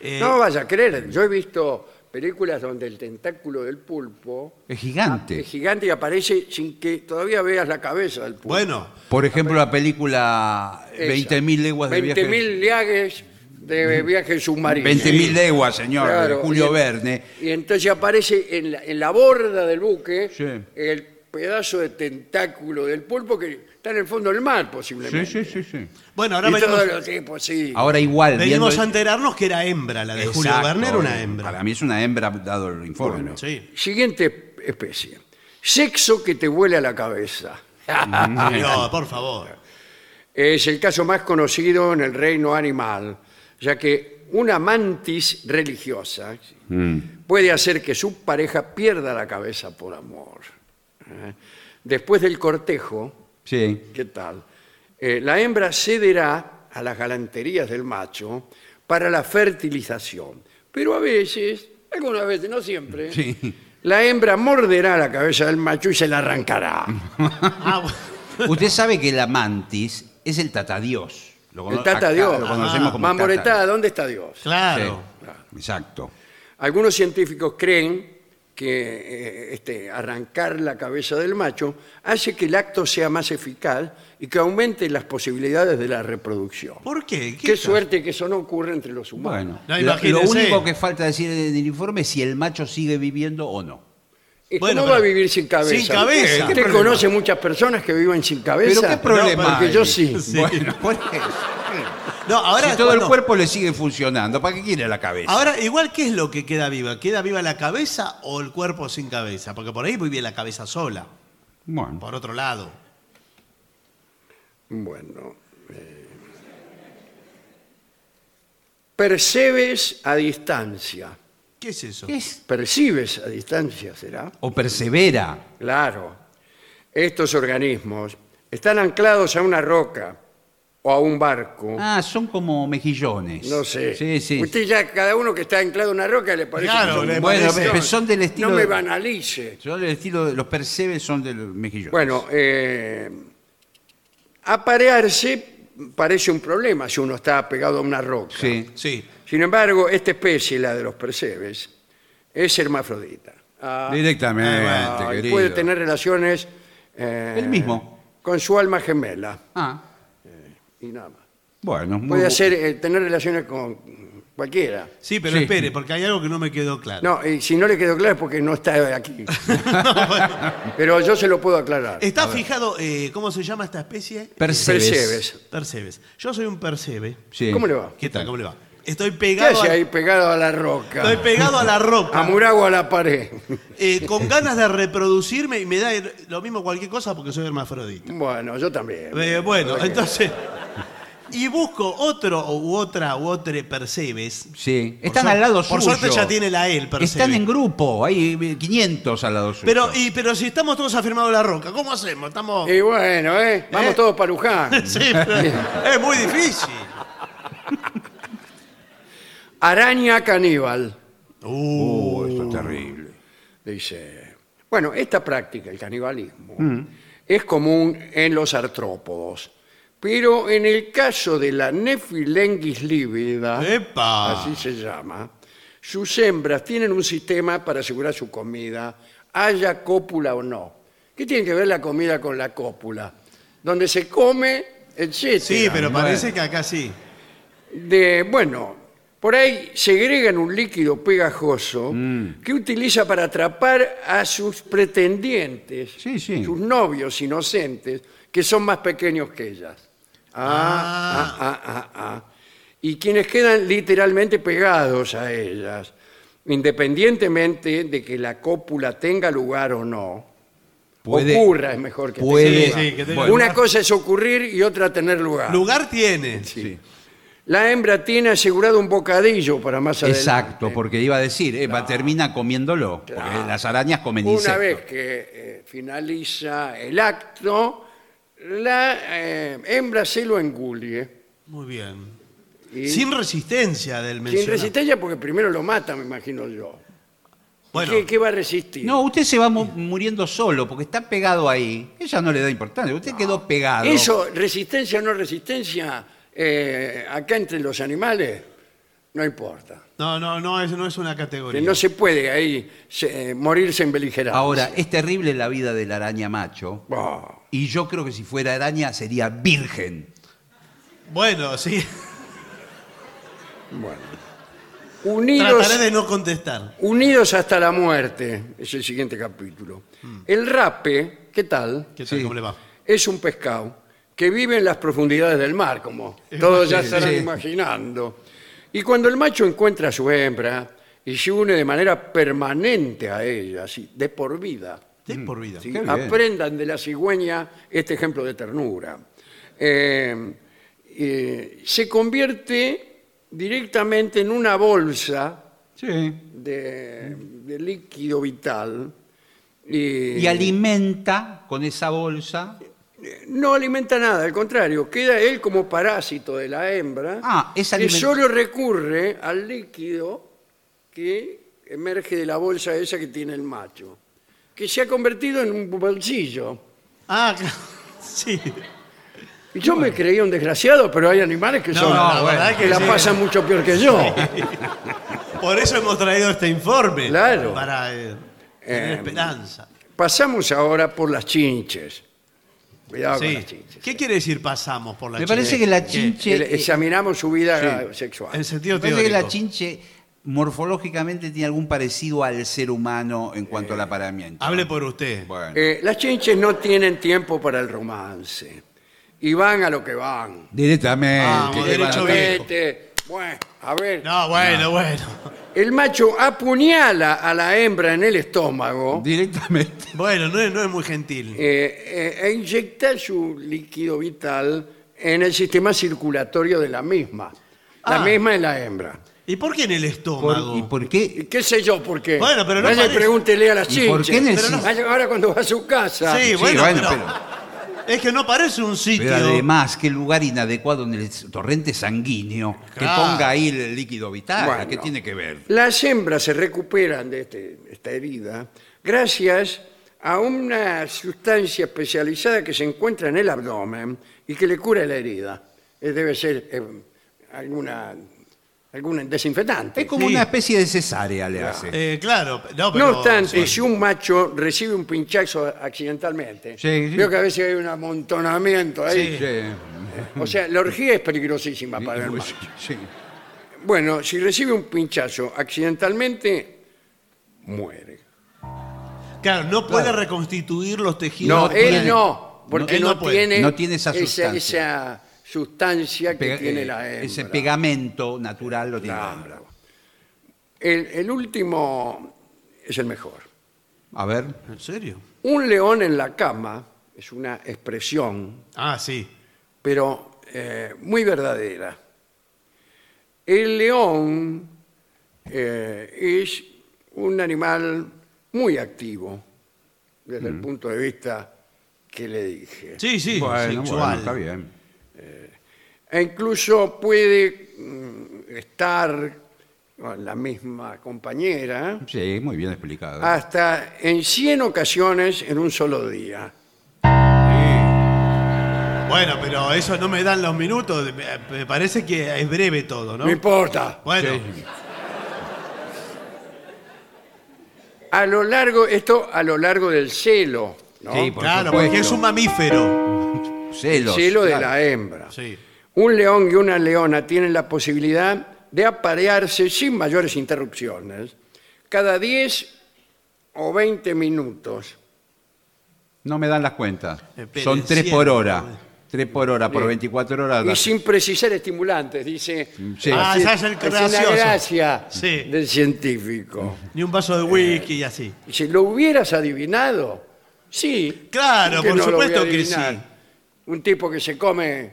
Speaker 2: Eh,
Speaker 1: No vaya a creer, yo he visto películas donde el tentáculo del pulpo
Speaker 3: Es gigante.
Speaker 1: es gigante y aparece sin que todavía veas la cabeza del pulpo.
Speaker 2: Bueno,
Speaker 3: Por ejemplo, la película
Speaker 1: Esa.
Speaker 3: 20.000 leguas de viaje.
Speaker 1: 20.000 liagues de viaje submarino.
Speaker 3: 20.000 leguas, señor,
Speaker 1: Claro,
Speaker 3: de Julio
Speaker 1: y-
Speaker 3: Verne.
Speaker 1: Y entonces aparece en la, en la borda del buque
Speaker 3: Sí.
Speaker 1: el pedazo de tentáculo del pulpo que está en el fondo del mar, posiblemente.
Speaker 3: Sí, sí, sí, sí.
Speaker 2: bueno, ahora
Speaker 1: Y
Speaker 2: venimos,
Speaker 1: todos los tipos, sí.
Speaker 3: Ahora igual.
Speaker 2: venimos
Speaker 3: viendo-
Speaker 2: a enterarnos que era hembra la de
Speaker 3: Exacto.
Speaker 2: Julio Verne, era una hembra.
Speaker 3: Para mí es una hembra, dado el informe.
Speaker 2: Sí.
Speaker 1: Siguiente especie. Sexo que te huele a la cabeza.
Speaker 3: Ah,
Speaker 2: No, por favor.
Speaker 1: Es el caso más conocido en el reino animal, ya que una mantis religiosa
Speaker 3: Mm.
Speaker 1: puede hacer que su pareja pierda la cabeza por amor. ¿Eh? Después del cortejo,
Speaker 3: Sí.
Speaker 1: ¿Qué tal? Eh, la hembra cederá a las galanterías del macho para la fertilización, pero a veces, algunas veces, no siempre,
Speaker 3: Sí.
Speaker 1: la hembra morderá la cabeza del macho y se la arrancará.
Speaker 2: Ah, bueno.
Speaker 3: Usted sabe que la mantis es el tatadios. Lo cono-
Speaker 1: El tata
Speaker 3: acá
Speaker 1: Dios.
Speaker 3: Lo conocemos
Speaker 2: Ah,
Speaker 3: como
Speaker 1: Mamboretá, ¿dónde está Dios?
Speaker 2: Claro.
Speaker 3: tata. Sí, Exacto.
Speaker 1: Algunos científicos creen que eh, este, arrancar la cabeza del macho hace que el acto sea más eficaz y que aumente las posibilidades de la reproducción.
Speaker 2: ¿Por qué?
Speaker 1: Qué
Speaker 2: está-
Speaker 1: suerte que eso no ocurre entre los humanos.
Speaker 3: Bueno,
Speaker 2: No,
Speaker 3: lo- lo
Speaker 2: imagínese.
Speaker 3: único que falta decir en el informe es si el macho sigue viviendo o no.
Speaker 1: ¿Y
Speaker 2: Bueno,
Speaker 1: Eh, ¿Cómo va a
Speaker 2: pero-
Speaker 1: vivir sin cabeza?
Speaker 2: Sin cabeza.
Speaker 1: Usted
Speaker 2: ¿Qué problema?
Speaker 1: conoce muchas personas que viven sin cabeza.
Speaker 3: Pero qué problema
Speaker 1: No, Porque
Speaker 3: hay.
Speaker 1: yo sí.
Speaker 2: Sí.
Speaker 3: Bueno, por eso.
Speaker 2: No, ahora.
Speaker 3: si todo el
Speaker 2: cuando-
Speaker 3: cuerpo le sigue funcionando, ¿para qué quiere la cabeza?
Speaker 2: Ahora, igual, ¿qué es lo que queda viva? ¿Queda viva la cabeza o el cuerpo sin cabeza? Porque por ahí vive la cabeza sola.
Speaker 3: Bueno.
Speaker 2: Por otro lado.
Speaker 1: Bueno. eh, Percebes a distancia.
Speaker 2: ¿Qué es eso?
Speaker 1: Percibes a distancia, ¿será?
Speaker 3: O persevera.
Speaker 1: Claro. Estos organismos están anclados a una roca o a un barco.
Speaker 3: Ah, son como mejillones.
Speaker 1: no sé.
Speaker 3: Sí, sí.
Speaker 1: Usted ya, cada uno que está anclado a una roca le parece
Speaker 2: Claro,
Speaker 1: que son
Speaker 2: le
Speaker 3: bueno,
Speaker 2: parece-
Speaker 3: pero son del estilo.
Speaker 1: No me banalice.
Speaker 3: Son del estilo. de- Los percebes son de los mejillones.
Speaker 1: Bueno, eh, aparearse parece un problema si uno está pegado a una roca.
Speaker 3: Sí.
Speaker 2: Sí.
Speaker 1: Sin embargo, esta especie, la de los percebes, es hermafrodita. Ah,
Speaker 3: Directamente,
Speaker 2: Ah,
Speaker 1: ah, y
Speaker 3: querido.
Speaker 1: puede tener relaciones. eh,
Speaker 3: El mismo.
Speaker 1: Con su alma gemela
Speaker 3: Ah,
Speaker 1: y nada más.
Speaker 3: bueno. muy
Speaker 1: Puede
Speaker 3: bu-
Speaker 1: hacer, eh, tener relaciones con cualquiera.
Speaker 2: Sí, pero
Speaker 3: Sí.
Speaker 2: espere, porque hay algo que no me quedó claro.
Speaker 1: No, y si no le quedó claro es porque no está aquí. Pero yo se lo puedo aclarar.
Speaker 2: Está fijado, eh, ¿cómo se llama esta especie?
Speaker 3: Percebes.
Speaker 1: Percebes.
Speaker 2: Percebes. Yo soy un percebe.
Speaker 3: Sí.
Speaker 1: ¿Cómo le va?
Speaker 2: ¿Qué tal?
Speaker 3: tal?
Speaker 2: ¿Cómo le va? Estoy
Speaker 1: ¿Qué
Speaker 2: pegado,
Speaker 1: hace
Speaker 2: a,
Speaker 1: ahí Ah, pegado a la roca?
Speaker 2: estoy pegado a la roca,
Speaker 1: Amuragua a la pared.
Speaker 2: eh, con ganas de reproducirme y me da el- lo mismo cualquier cosa porque soy hermafrodita.
Speaker 1: Bueno, yo también.
Speaker 2: Eh, bueno,
Speaker 1: Porque
Speaker 2: entonces... Y busco otro u otra u otro percebes.
Speaker 3: Sí.
Speaker 2: Por
Speaker 3: Están
Speaker 2: suerte-
Speaker 3: al lado
Speaker 2: Por
Speaker 3: suyo.
Speaker 2: suerte ya tiene la él, percebe.
Speaker 3: Están en grupo. Hay 500 al lado suyo.
Speaker 2: pero, y, pero si estamos todos afirmados en la roca, ¿cómo hacemos? Estamos...
Speaker 1: Y bueno, ¿eh? Vamos
Speaker 2: ¿Eh?
Speaker 1: todos para Luján.
Speaker 2: Sí, pero es muy difícil.
Speaker 1: Araña caníbal, Uh.
Speaker 2: Uh,
Speaker 3: Oh, esto es terrible.
Speaker 1: dice. Bueno, esta práctica, el canibalismo,
Speaker 2: Mm.
Speaker 1: es común en los artrópodos. Pero en el caso de la Nephilenguis livida,
Speaker 2: ¡Epa!
Speaker 1: así se llama, sus hembras tienen un sistema para asegurar su comida, haya cópula o no. ¿Qué tiene que ver la comida con la cópula? Donde se come, etc.
Speaker 2: Sí, pero
Speaker 3: Bueno.
Speaker 2: parece que acá sí.
Speaker 1: de, bueno, por ahí segregan un líquido pegajoso
Speaker 3: Mm.
Speaker 1: que utiliza para atrapar a sus pretendientes,
Speaker 3: Sí, sí.
Speaker 1: sus novios inocentes, que son más pequeños que ellas. Ah, ah, ah, ah, ah. Y quienes quedan literalmente pegados a ellas, independientemente de que la cópula tenga lugar o no,
Speaker 3: Puede-
Speaker 1: Ocurra es mejor que
Speaker 3: puede-
Speaker 1: tenga lugar.
Speaker 2: sí, que tenga
Speaker 1: Una
Speaker 2: lugar.
Speaker 1: cosa es ocurrir y otra tener lugar.
Speaker 2: Lugar tiene.
Speaker 3: Sí.
Speaker 1: La hembra tiene asegurado un bocadillo para más adelante.
Speaker 3: Exacto, porque iba a decir, eh, va- termina comiéndolo. Porque las arañas comen
Speaker 1: Una
Speaker 3: insectos.
Speaker 1: vez que eh, finaliza el acto, la eh, hembra se lo engulle.
Speaker 2: Muy bien.
Speaker 1: Y
Speaker 2: Sin resistencia del
Speaker 1: sin
Speaker 2: mencionado.
Speaker 1: resistencia, porque primero lo mata, me imagino yo.
Speaker 2: Bueno,
Speaker 1: ¿Qué, qué va a resistir?
Speaker 3: No, usted se va mu- muriendo solo porque está pegado ahí. Ella no le da importancia. Usted quedó pegado.
Speaker 1: Eso, resistencia o no resistencia, eh, acá entre los animales, no importa.
Speaker 2: no, no, no, eso no es una
Speaker 1: Que
Speaker 2: categoría.
Speaker 1: no se puede ahí se- eh, morirse en beligerancia.
Speaker 3: Ahora, es terrible la vida de la araña macho.
Speaker 1: Bah,
Speaker 3: Y yo creo que si fuera araña sería virgen.
Speaker 2: Bueno, sí.
Speaker 1: bueno. Unidos,
Speaker 2: Trataré de no contestar.
Speaker 1: unidos hasta la muerte, es el siguiente capítulo. El rape, ¿qué tal?
Speaker 2: Hmm. ¿Qué tal?
Speaker 3: Sí.
Speaker 2: ¿Cómo le va?
Speaker 1: Es un pescado que vive en las profundidades del mar, como todos ya estarán
Speaker 3: sí.
Speaker 1: imaginando. Y cuando el macho encuentra a su hembra y se une de manera permanente a ella, así, de por vida,
Speaker 2: De por vida.
Speaker 1: Mm. Sí,
Speaker 3: Qué bien.
Speaker 1: Aprendan de la cigüeña este ejemplo de ternura. Eh, eh, se convierte directamente en una bolsa
Speaker 3: Sí.
Speaker 1: de, de líquido vital. Y,
Speaker 3: Y alimenta con esa bolsa.
Speaker 1: no alimenta nada, al contrario, queda él como parásito de la hembra
Speaker 3: Ah, es
Speaker 1: que
Speaker 3: aliment-
Speaker 1: solo recurre al líquido que emerge de la bolsa esa que tiene el macho, que se ha convertido en un bolsillo.
Speaker 2: Ah, claro. sí.
Speaker 1: Y Yo me creía un desgraciado, pero hay animales que
Speaker 2: No,
Speaker 1: son
Speaker 2: la verdad
Speaker 1: que
Speaker 2: que
Speaker 1: la
Speaker 2: sí.
Speaker 1: pasan mucho peor que yo.
Speaker 2: Por eso hemos traído este informe.
Speaker 1: Claro.
Speaker 2: Para eh, tener
Speaker 1: Eh,
Speaker 2: esperanza.
Speaker 1: Pasamos ahora por las chinches. Cuidado ah, con
Speaker 2: Sí.
Speaker 1: las chinches.
Speaker 2: ¿Qué quiere decir pasamos por la
Speaker 3: Me parece que la chinche.
Speaker 1: Le- Examinamos eh, su vida sexual.
Speaker 2: En sentido
Speaker 3: Me parece que
Speaker 2: teórico.
Speaker 3: la chinche morfológicamente tiene algún parecido al ser humano en cuanto al apareamiento.
Speaker 2: Hable por usted.
Speaker 3: Bueno.
Speaker 1: Eh, las chinches no tienen tiempo para el romance y van a lo que van.
Speaker 3: Directamente.
Speaker 2: Vamos,
Speaker 3: ¿qué le van a
Speaker 2: Ah, derecho
Speaker 3: hacer?
Speaker 2: bien.
Speaker 1: Vete, bueno, a ver,
Speaker 2: No, bueno, bueno.
Speaker 1: el macho apuñala a la hembra en el estómago
Speaker 3: Directamente.
Speaker 2: Bueno, no es, no es muy gentil.
Speaker 1: eh, eh, e inyecta su líquido vital en el sistema circulatorio de la misma. La
Speaker 2: Ah.
Speaker 1: misma es la hembra.
Speaker 2: ¿Y por qué en el
Speaker 3: Por-
Speaker 2: estómago?
Speaker 3: ¿Y por qué?
Speaker 1: ¿Y qué sé yo por qué?
Speaker 2: Bueno, pero no
Speaker 1: Vaya y
Speaker 2: parece.
Speaker 1: pregúntele a las
Speaker 3: ¿Y
Speaker 1: chinches.
Speaker 3: por qué en el
Speaker 2: Pero no-
Speaker 1: Vaya, Ahora cuando va a su casa.
Speaker 2: Sí,
Speaker 3: Sí,
Speaker 2: bueno,
Speaker 3: bueno,
Speaker 2: pero- Es que no parece un sitio.
Speaker 3: Pero además, qué lugar inadecuado en el torrente sanguíneo que
Speaker 2: Claro.
Speaker 3: ponga ahí el líquido vital.
Speaker 1: Bueno.
Speaker 3: ¿Qué tiene que ver?
Speaker 1: Las hembras se recuperan de este- esta herida gracias a una sustancia especializada que se encuentra en el abdomen y que le cura la herida. Eh, Debe ser eh, alguna, algún desinfectante.
Speaker 3: Es como
Speaker 2: Sí.
Speaker 3: una especie de cesárea, le hace.
Speaker 2: Eh, claro, no, pero.
Speaker 1: No obstante,
Speaker 2: sí.
Speaker 1: si un macho recibe un pinchazo accidentalmente,
Speaker 3: Sí, sí.
Speaker 1: veo que a veces hay un amontonamiento ahí.
Speaker 2: Eh,
Speaker 3: Sí.
Speaker 1: O sea, la orgía es peligrosísima para el macho.
Speaker 3: Sí.
Speaker 1: Bueno, si recibe un pinchazo accidentalmente, muere.
Speaker 2: Claro, no puede reconstituir los tejidos.
Speaker 1: No,
Speaker 3: No
Speaker 1: él
Speaker 3: tiene.
Speaker 1: no, porque
Speaker 2: él
Speaker 1: no,
Speaker 2: no puede.
Speaker 1: tiene,
Speaker 3: No tiene esa sustancia.
Speaker 1: esa sustancia que
Speaker 3: Pega-
Speaker 1: tiene
Speaker 3: eh,
Speaker 1: la hembra.
Speaker 3: ese pegamento natural lo tiene la hembra.
Speaker 1: El, el último es el mejor.
Speaker 3: A ver.
Speaker 2: ¿En serio?
Speaker 1: Un león en la cama es una expresión,
Speaker 2: Ah, sí.
Speaker 1: pero eh, muy verdadera. El león eh, es un animal muy activo desde el punto de vista que le dije.
Speaker 2: Sí, sí. sexual.
Speaker 3: está bien.
Speaker 1: e incluso puede mm, estar con la misma compañera
Speaker 3: Sí, muy bien explicado.
Speaker 1: Ah, hasta en 100 ocasiones en un solo día.
Speaker 2: Bueno, pero eso no me dan los minutos. Me me parece que es breve todo, ¿no?
Speaker 1: No importa.
Speaker 2: Bueno,
Speaker 1: A lo largo, esto a lo largo del celo, ¿no?
Speaker 3: Sí, por
Speaker 2: claro,
Speaker 3: supuesto.
Speaker 2: porque es un mamífero.
Speaker 3: Celos.
Speaker 1: celo de
Speaker 3: claro.
Speaker 1: la hembra.
Speaker 2: Sí.
Speaker 1: Un león y una leona tienen la posibilidad de aparearse sin mayores interrupciones cada 10 o 20 minutos.
Speaker 3: No me dan las cuentas.
Speaker 2: Espere,
Speaker 3: Son tres
Speaker 2: cien,
Speaker 3: por hora.
Speaker 2: joder.
Speaker 3: Tres por hora, por 24 horas.
Speaker 1: Y sin precisar estimulantes, dice.
Speaker 3: Sí.
Speaker 2: Ah,
Speaker 1: Sí,
Speaker 2: ya es el
Speaker 1: es una
Speaker 2: gracioso.
Speaker 1: gracia
Speaker 2: Sí.
Speaker 1: del científico.
Speaker 2: Ni un vaso de whisky y así.
Speaker 1: Si lo hubieras adivinado, Sí.
Speaker 2: Claro,
Speaker 1: que
Speaker 2: por
Speaker 1: no lo voy a
Speaker 2: supuesto que
Speaker 1: adivinar.
Speaker 2: sí.
Speaker 1: Un tipo que se come,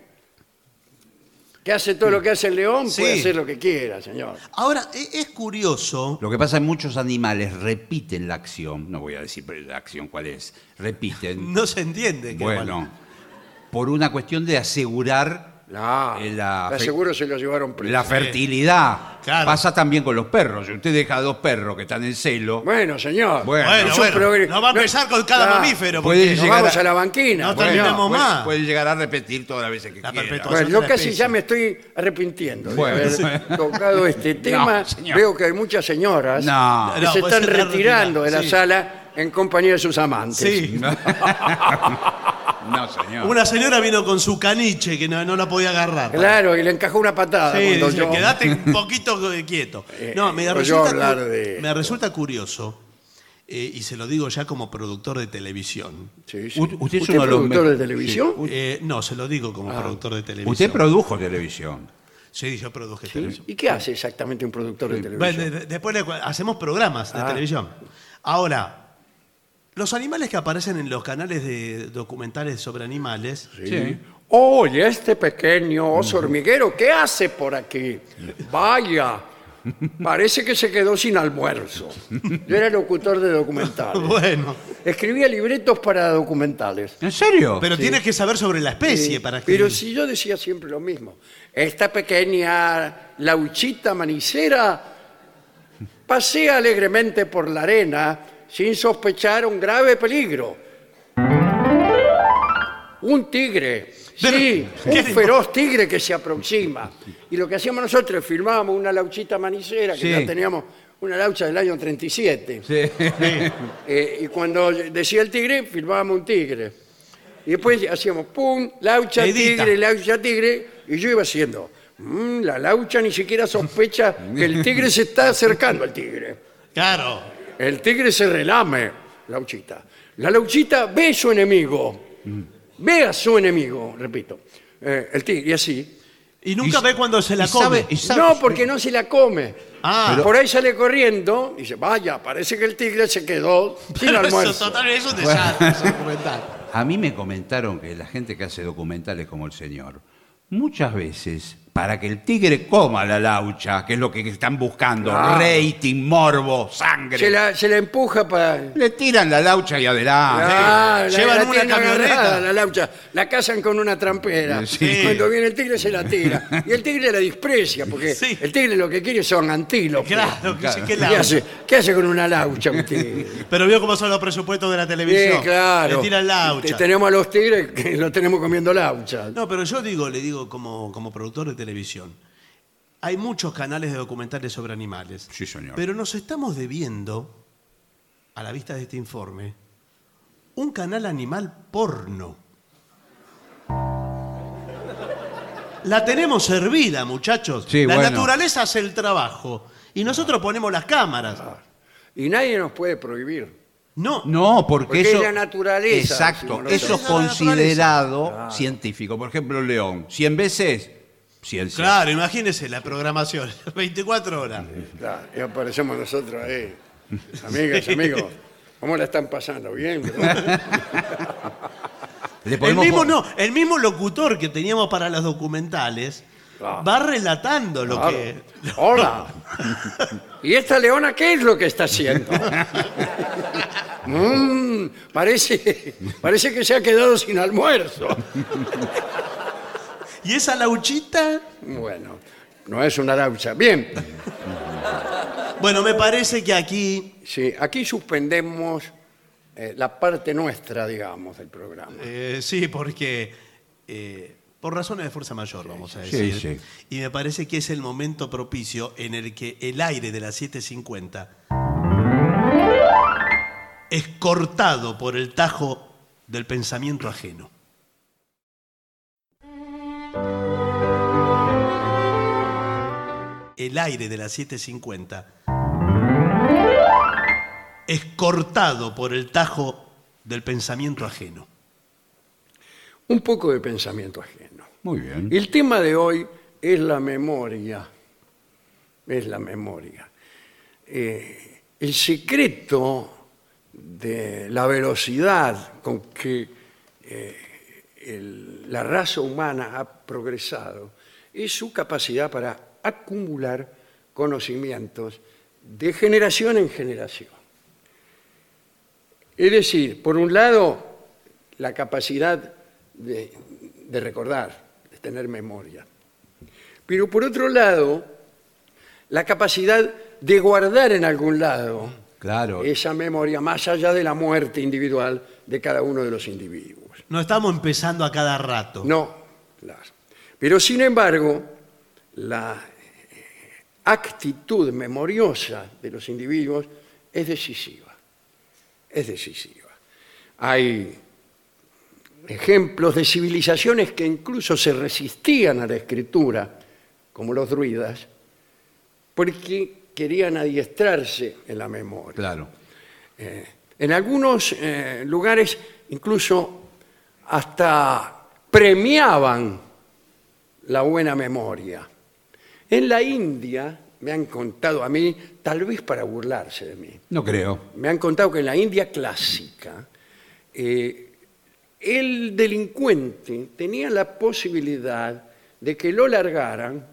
Speaker 1: que hace todo lo que hace el león, puede
Speaker 2: Sí.
Speaker 1: hacer lo que quiera, señor.
Speaker 2: Ahora, e- es curioso.
Speaker 3: Lo que pasa es que muchos animales repiten la acción, no voy a decir pero la acción cuál es, repiten,
Speaker 2: No se entiende. que-
Speaker 3: bueno, por una cuestión de asegurar
Speaker 1: No,
Speaker 3: Eh, la
Speaker 1: la
Speaker 3: fe-
Speaker 1: seguro se lo llevaron preso.
Speaker 3: la fertilidad.
Speaker 2: Claro.
Speaker 3: Pasa también con los perros. Si usted deja dos perros que están en celo,
Speaker 1: Bueno, señor.
Speaker 3: Bueno,
Speaker 1: no es
Speaker 2: Bueno,
Speaker 1: un
Speaker 2: bueno,
Speaker 1: progre-
Speaker 2: no va a
Speaker 1: no Ah. es-
Speaker 2: empezar con cada
Speaker 1: Claro.
Speaker 2: mamífero.
Speaker 3: puede
Speaker 2: porque-
Speaker 1: Nos
Speaker 3: llegar
Speaker 1: vamos
Speaker 3: a-
Speaker 1: a la banquina.
Speaker 2: No
Speaker 1: bueno.
Speaker 2: terminamos
Speaker 3: puede,
Speaker 2: más.
Speaker 3: puede llegar a repetir todas las veces que
Speaker 2: La
Speaker 3: quiera.
Speaker 2: perpetuación.
Speaker 1: Bueno, yo
Speaker 2: otra
Speaker 1: casi
Speaker 2: especie.
Speaker 1: ya me estoy arrepintiendo
Speaker 3: Bueno,
Speaker 1: de haber
Speaker 3: bueno.
Speaker 1: tocado este tema.
Speaker 3: señor.
Speaker 1: Veo que hay muchas señoras
Speaker 3: No.
Speaker 1: que
Speaker 2: No,
Speaker 1: se
Speaker 2: pues
Speaker 1: están
Speaker 2: se están
Speaker 1: retirando de la
Speaker 2: retirando, sí.
Speaker 1: sala en compañía de sus amantes.
Speaker 2: Sí.
Speaker 3: No, señor.
Speaker 2: Una señora vino con su caniche que no, no la podía agarrar.
Speaker 1: Claro, y le encajó una patada.
Speaker 2: Sí,
Speaker 1: cuando
Speaker 2: dice,
Speaker 1: yo-
Speaker 2: quedate un poquito eh, quieto.
Speaker 1: Eh,
Speaker 2: No, me
Speaker 1: oyó
Speaker 2: resulta,
Speaker 1: hablar
Speaker 2: cu-
Speaker 1: de
Speaker 2: me resulta curioso, eh, y se lo digo ya como productor de televisión.
Speaker 1: Sí, sí.
Speaker 3: U-
Speaker 1: ¿Usted es Ah.
Speaker 3: uno de los
Speaker 1: productor
Speaker 3: me-
Speaker 1: de televisión?
Speaker 2: Eh, no, se lo digo como productor de televisión.
Speaker 3: Usted produjo televisión.
Speaker 2: Sí, yo produje televisión.
Speaker 1: ¿Y qué hace exactamente un productor de televisión?
Speaker 2: Bueno, de- de- después le cu- hacemos programas de
Speaker 1: Ah.
Speaker 2: televisión. Ahora, los animales que aparecen en los canales de documentales sobre animales,
Speaker 3: Sí.
Speaker 1: Oye, este pequeño oso hormiguero, ¿qué hace por aquí? Vaya, parece que se quedó sin almuerzo. Yo era locutor de documentales.
Speaker 2: bueno,
Speaker 1: Escribía libretos para documentales. Eh,
Speaker 3: ¿En serio?
Speaker 2: pero tienes que saber sobre la especie para que...
Speaker 1: Pero si yo decía siempre lo mismo. Esta pequeña lauchita manicera pasea alegremente por la arena sin sospechar un grave peligro. Un tigre. Sí,
Speaker 2: ¿qué
Speaker 1: un
Speaker 2: dijo?
Speaker 1: feroz tigre que se aproxima. Y lo que hacíamos nosotros, filmábamos una lauchita manicera, que
Speaker 3: Sí.
Speaker 1: ya teníamos una laucha del año 37.
Speaker 3: Sí.
Speaker 1: Eh, y cuando decía el tigre, filmábamos un tigre. Y después hacíamos pum, laucha
Speaker 2: Medita.
Speaker 1: tigre, laucha tigre. Y yo iba haciendo, "Mm, la laucha ni siquiera sospecha que el tigre se está acercando al tigre.
Speaker 2: Claro,
Speaker 1: El tigre se relame, lauchita. La lauchita ve a su enemigo. Ve a su enemigo, repito. Eh, el tigre, y así.
Speaker 2: y nunca
Speaker 3: Y-
Speaker 2: ve cuando se la
Speaker 3: y
Speaker 2: come.
Speaker 3: sabe- y sabe-
Speaker 1: No, porque no se la come.
Speaker 2: Ah. Pero-
Speaker 1: Por ahí sale corriendo y dice, vaya, parece que el tigre se quedó sin
Speaker 2: Pero eso,
Speaker 1: almuerzo.
Speaker 2: total, es un desastre ese documental.
Speaker 3: A mí me comentaron que la gente que hace documentales como el señor, muchas veces, para que el tigre coma la laucha, que es lo que están buscando,
Speaker 1: Claro.
Speaker 3: rating, morbo, sangre,
Speaker 1: Se la, se la empuja para...
Speaker 3: le tiran la laucha y adelante.
Speaker 1: Ah, la-
Speaker 2: Ah, Llevan
Speaker 1: la
Speaker 2: una
Speaker 1: tienen
Speaker 2: camioneta.
Speaker 1: agarrada, la laucha. La cazan con una trampera.
Speaker 3: Sí.
Speaker 1: Cuando viene el tigre se la tira. Y el tigre la desprecia, porque
Speaker 2: Sí.
Speaker 1: el tigre lo que quiere son antílopes.
Speaker 2: Claro, que sí, que
Speaker 1: ¿Qué
Speaker 2: la...
Speaker 1: hace, ¿Qué hace con una laucha un tigre?
Speaker 2: Pero vio cómo son los presupuestos de la televisión.
Speaker 1: Sí, claro.
Speaker 2: Le tiran la
Speaker 1: Te-
Speaker 2: hucha.
Speaker 1: Tenemos a los tigres que los tenemos comiendo laucha.
Speaker 2: No, pero yo digo, le digo como, como productor de televisión, hay muchos canales de documentales sobre animales.
Speaker 3: Sí, señor.
Speaker 2: Pero nos estamos debiendo, a la vista de este informe, un canal animal porno. La tenemos servida, muchachos.
Speaker 3: Sí,
Speaker 2: la
Speaker 3: bueno.
Speaker 2: naturaleza hace el trabajo y nosotros ponemos las cámaras.
Speaker 1: Y nadie nos puede prohibir.
Speaker 2: No,
Speaker 3: No, porque,
Speaker 1: Porque es
Speaker 3: eso.
Speaker 1: la naturaleza,
Speaker 3: Exacto,
Speaker 1: decimos
Speaker 3: eso
Speaker 1: nosotros.
Speaker 3: es
Speaker 2: Es la
Speaker 3: considerado científico. Por ejemplo, el león, 100 veces, ciencia.
Speaker 2: claro, imagínese la programación, 24 horas.
Speaker 1: Claro, y aparecemos nosotros ahí. Amigas, amigos, ¿cómo la están pasando? ¿Bien? verdad?
Speaker 3: Le
Speaker 2: El
Speaker 3: podemos
Speaker 2: mismo
Speaker 3: po-
Speaker 2: no, el mismo locutor que teníamos para los documentales
Speaker 1: Ah.
Speaker 2: va relatando
Speaker 3: Ah.
Speaker 2: lo
Speaker 1: Claro.
Speaker 2: que.
Speaker 1: Hola. ¿Y esta leona qué es lo que está haciendo? Mm, parece, parece que se ha quedado sin almuerzo.
Speaker 2: Y esa lauchita.
Speaker 1: Bueno, no es una laucha. Bien,
Speaker 2: Bueno, me parece que aquí.
Speaker 1: sí, aquí suspendemos eh, la parte nuestra, digamos, del programa.
Speaker 2: eh, sí, porque. eh, por razones de fuerza mayor, vamos a
Speaker 3: sí,
Speaker 2: decir.
Speaker 3: sí.
Speaker 2: Y me parece que es el momento propicio en el que el aire de las 750 es cortado por el tajo del pensamiento ajeno. el aire de las 750 es cortado por el tajo del pensamiento ajeno.
Speaker 1: Un poco de pensamiento ajeno.
Speaker 3: Muy bien.
Speaker 1: El tema de hoy es la memoria. Es la memoria. Eh, el secreto de la velocidad con que eh, el- la raza humana ha progresado y su capacidad para acumular conocimientos de generación en generación. Es decir, por un lado, la capacidad de, de recordar, de tener memoria. Pero por otro lado, la capacidad de guardar en algún lado
Speaker 3: Claro.
Speaker 1: esa memoria más allá de la muerte individual de cada uno de los individuos.
Speaker 2: No estamos empezando a cada rato.
Speaker 1: No, claro. Pero sin embargo, la eh, actitud memoriosa de los individuos es decisiva. Es decisiva. Hay ejemplos de civilizaciones que incluso se resistían a la escritura, como los druidas, porque querían adiestrarse en la memoria.
Speaker 3: Claro.
Speaker 1: En algunos eh, lugares incluso hasta premiaban la buena memoria. En la India, me han contado a mí, tal vez para burlarse de mí,
Speaker 3: No creo.
Speaker 1: me han contado que en la India clásica eh, el delincuente tenía la posibilidad de que lo largaran,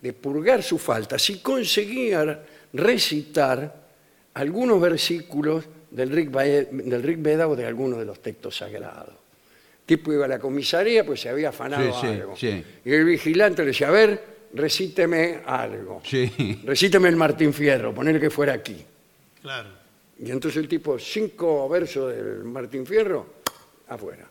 Speaker 1: de purgar su falta, si conseguía recitar algunos versículos del Rig, Vae- del Rig Veda o de algunos de los textos sagrados. Tipo iba a la comisaría pues se había afanado
Speaker 3: Sí, sí,
Speaker 1: algo.
Speaker 3: sí.
Speaker 1: Y el vigilante le decía, a ver, recíteme algo.
Speaker 3: Sí.
Speaker 1: Recíteme el Martín Fierro, poner que fuera aquí.
Speaker 2: Claro.
Speaker 1: Y entonces el tipo, cinco versos del Martín Fierro, afuera.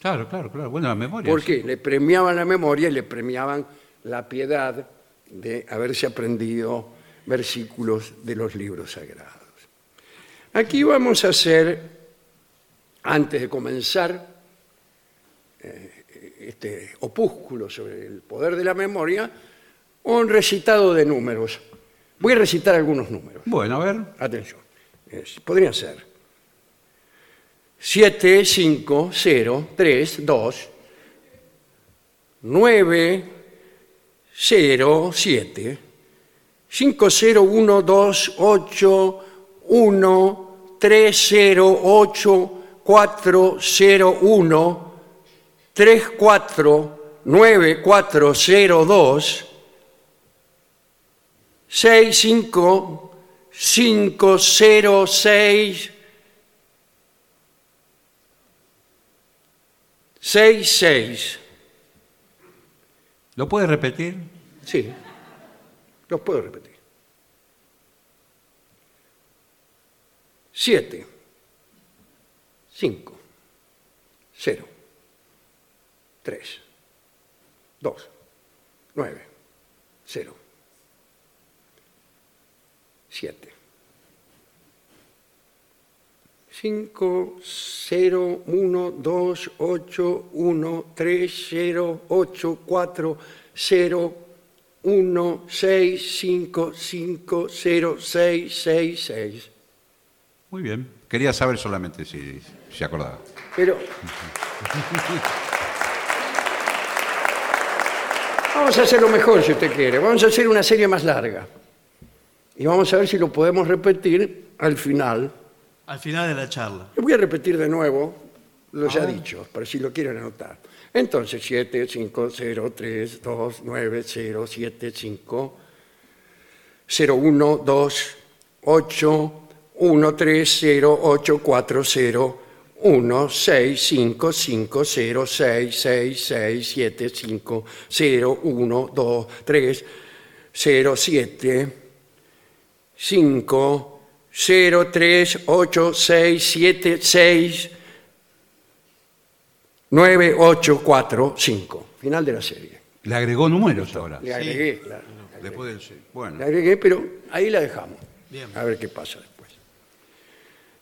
Speaker 3: Claro, claro, claro. Bueno, la memoria.
Speaker 1: ¿Por qué? Le premiaban la memoria y le premiaban la piedad de haberse aprendido versículos de los libros sagrados. Aquí vamos a hacer, antes de comenzar eh, este opúsculo sobre el poder de la memoria, un recitado de números. Voy a recitar algunos números.
Speaker 3: Bueno, a ver.
Speaker 1: Atención. Es- podría ser 7, 5, 0, 3, 2, 9, 0, 7, 5, 0, 1, 2, 8, 1, 3, 0, 8, 4, 0, 1, 3, 4, 9, 4, 0, 2, 6, 5, 5, 0, 6, 6, 6.
Speaker 3: ¿Lo puedes repetir?
Speaker 1: Sí, los puedo repetir. 7, 5, 0, 3, 2, 9, 0, 7, 5, 0, 1, 2, 8, 1, 3, 0, 8, 4, 0, 1, 6, 5, 5, 0, 6, 6, 6.
Speaker 3: Muy bien. Quería saber solamente si se acordaba.
Speaker 1: Pero. Vamos a hacerlo mejor si usted quiere. Vamos a hacer una serie más larga. Y vamos a ver si lo podemos repetir al final.
Speaker 2: Al final de la charla.
Speaker 1: Le voy a repetir de nuevo lo ya dicho, para si lo quieren anotar. Entonces, 7, 5, 0, 3, 2, 9, 0, 7, 5, 0, 1, 2, 8, 1, 3, 0, 8, 4, 0, 1, 6, 5, 5, 0, 6, 6, 6, 7, 5, 0, 1, 2, 3, 0, 7, 5, 0, 3, 8, 6, 7, 6, 9, 8, 4, 5. Final de la serie.
Speaker 3: Le agregó números ahora.
Speaker 1: Le agregué, claro.
Speaker 3: Después del sí.
Speaker 1: Le
Speaker 3: Bueno.
Speaker 1: agregué, pero ahí la dejamos.
Speaker 2: Bien.
Speaker 1: A ver qué pasa después.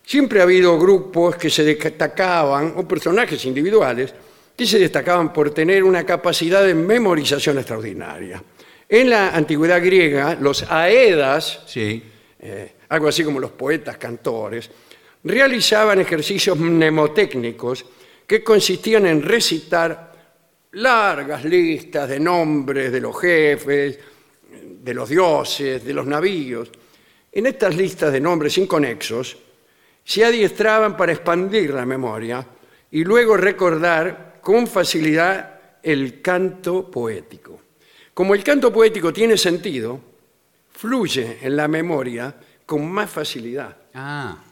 Speaker 1: Siempre ha habido grupos que se destacaban, o personajes individuales, que se destacaban por tener una capacidad de memorización extraordinaria. En la antigüedad griega, los aedas,
Speaker 3: Sí.
Speaker 1: eh, algo así como los poetas cantores, realizaban ejercicios mnemotécnicos que consistían en recitar largas listas de nombres de los jefes, de los dioses, de los navíos. En estas listas de nombres inconexos se adiestraban para expandir la memoria y luego recordar con facilidad el canto poético. Como el canto poético tiene sentido, fluye en la memoria con más facilidad,
Speaker 3: Ah,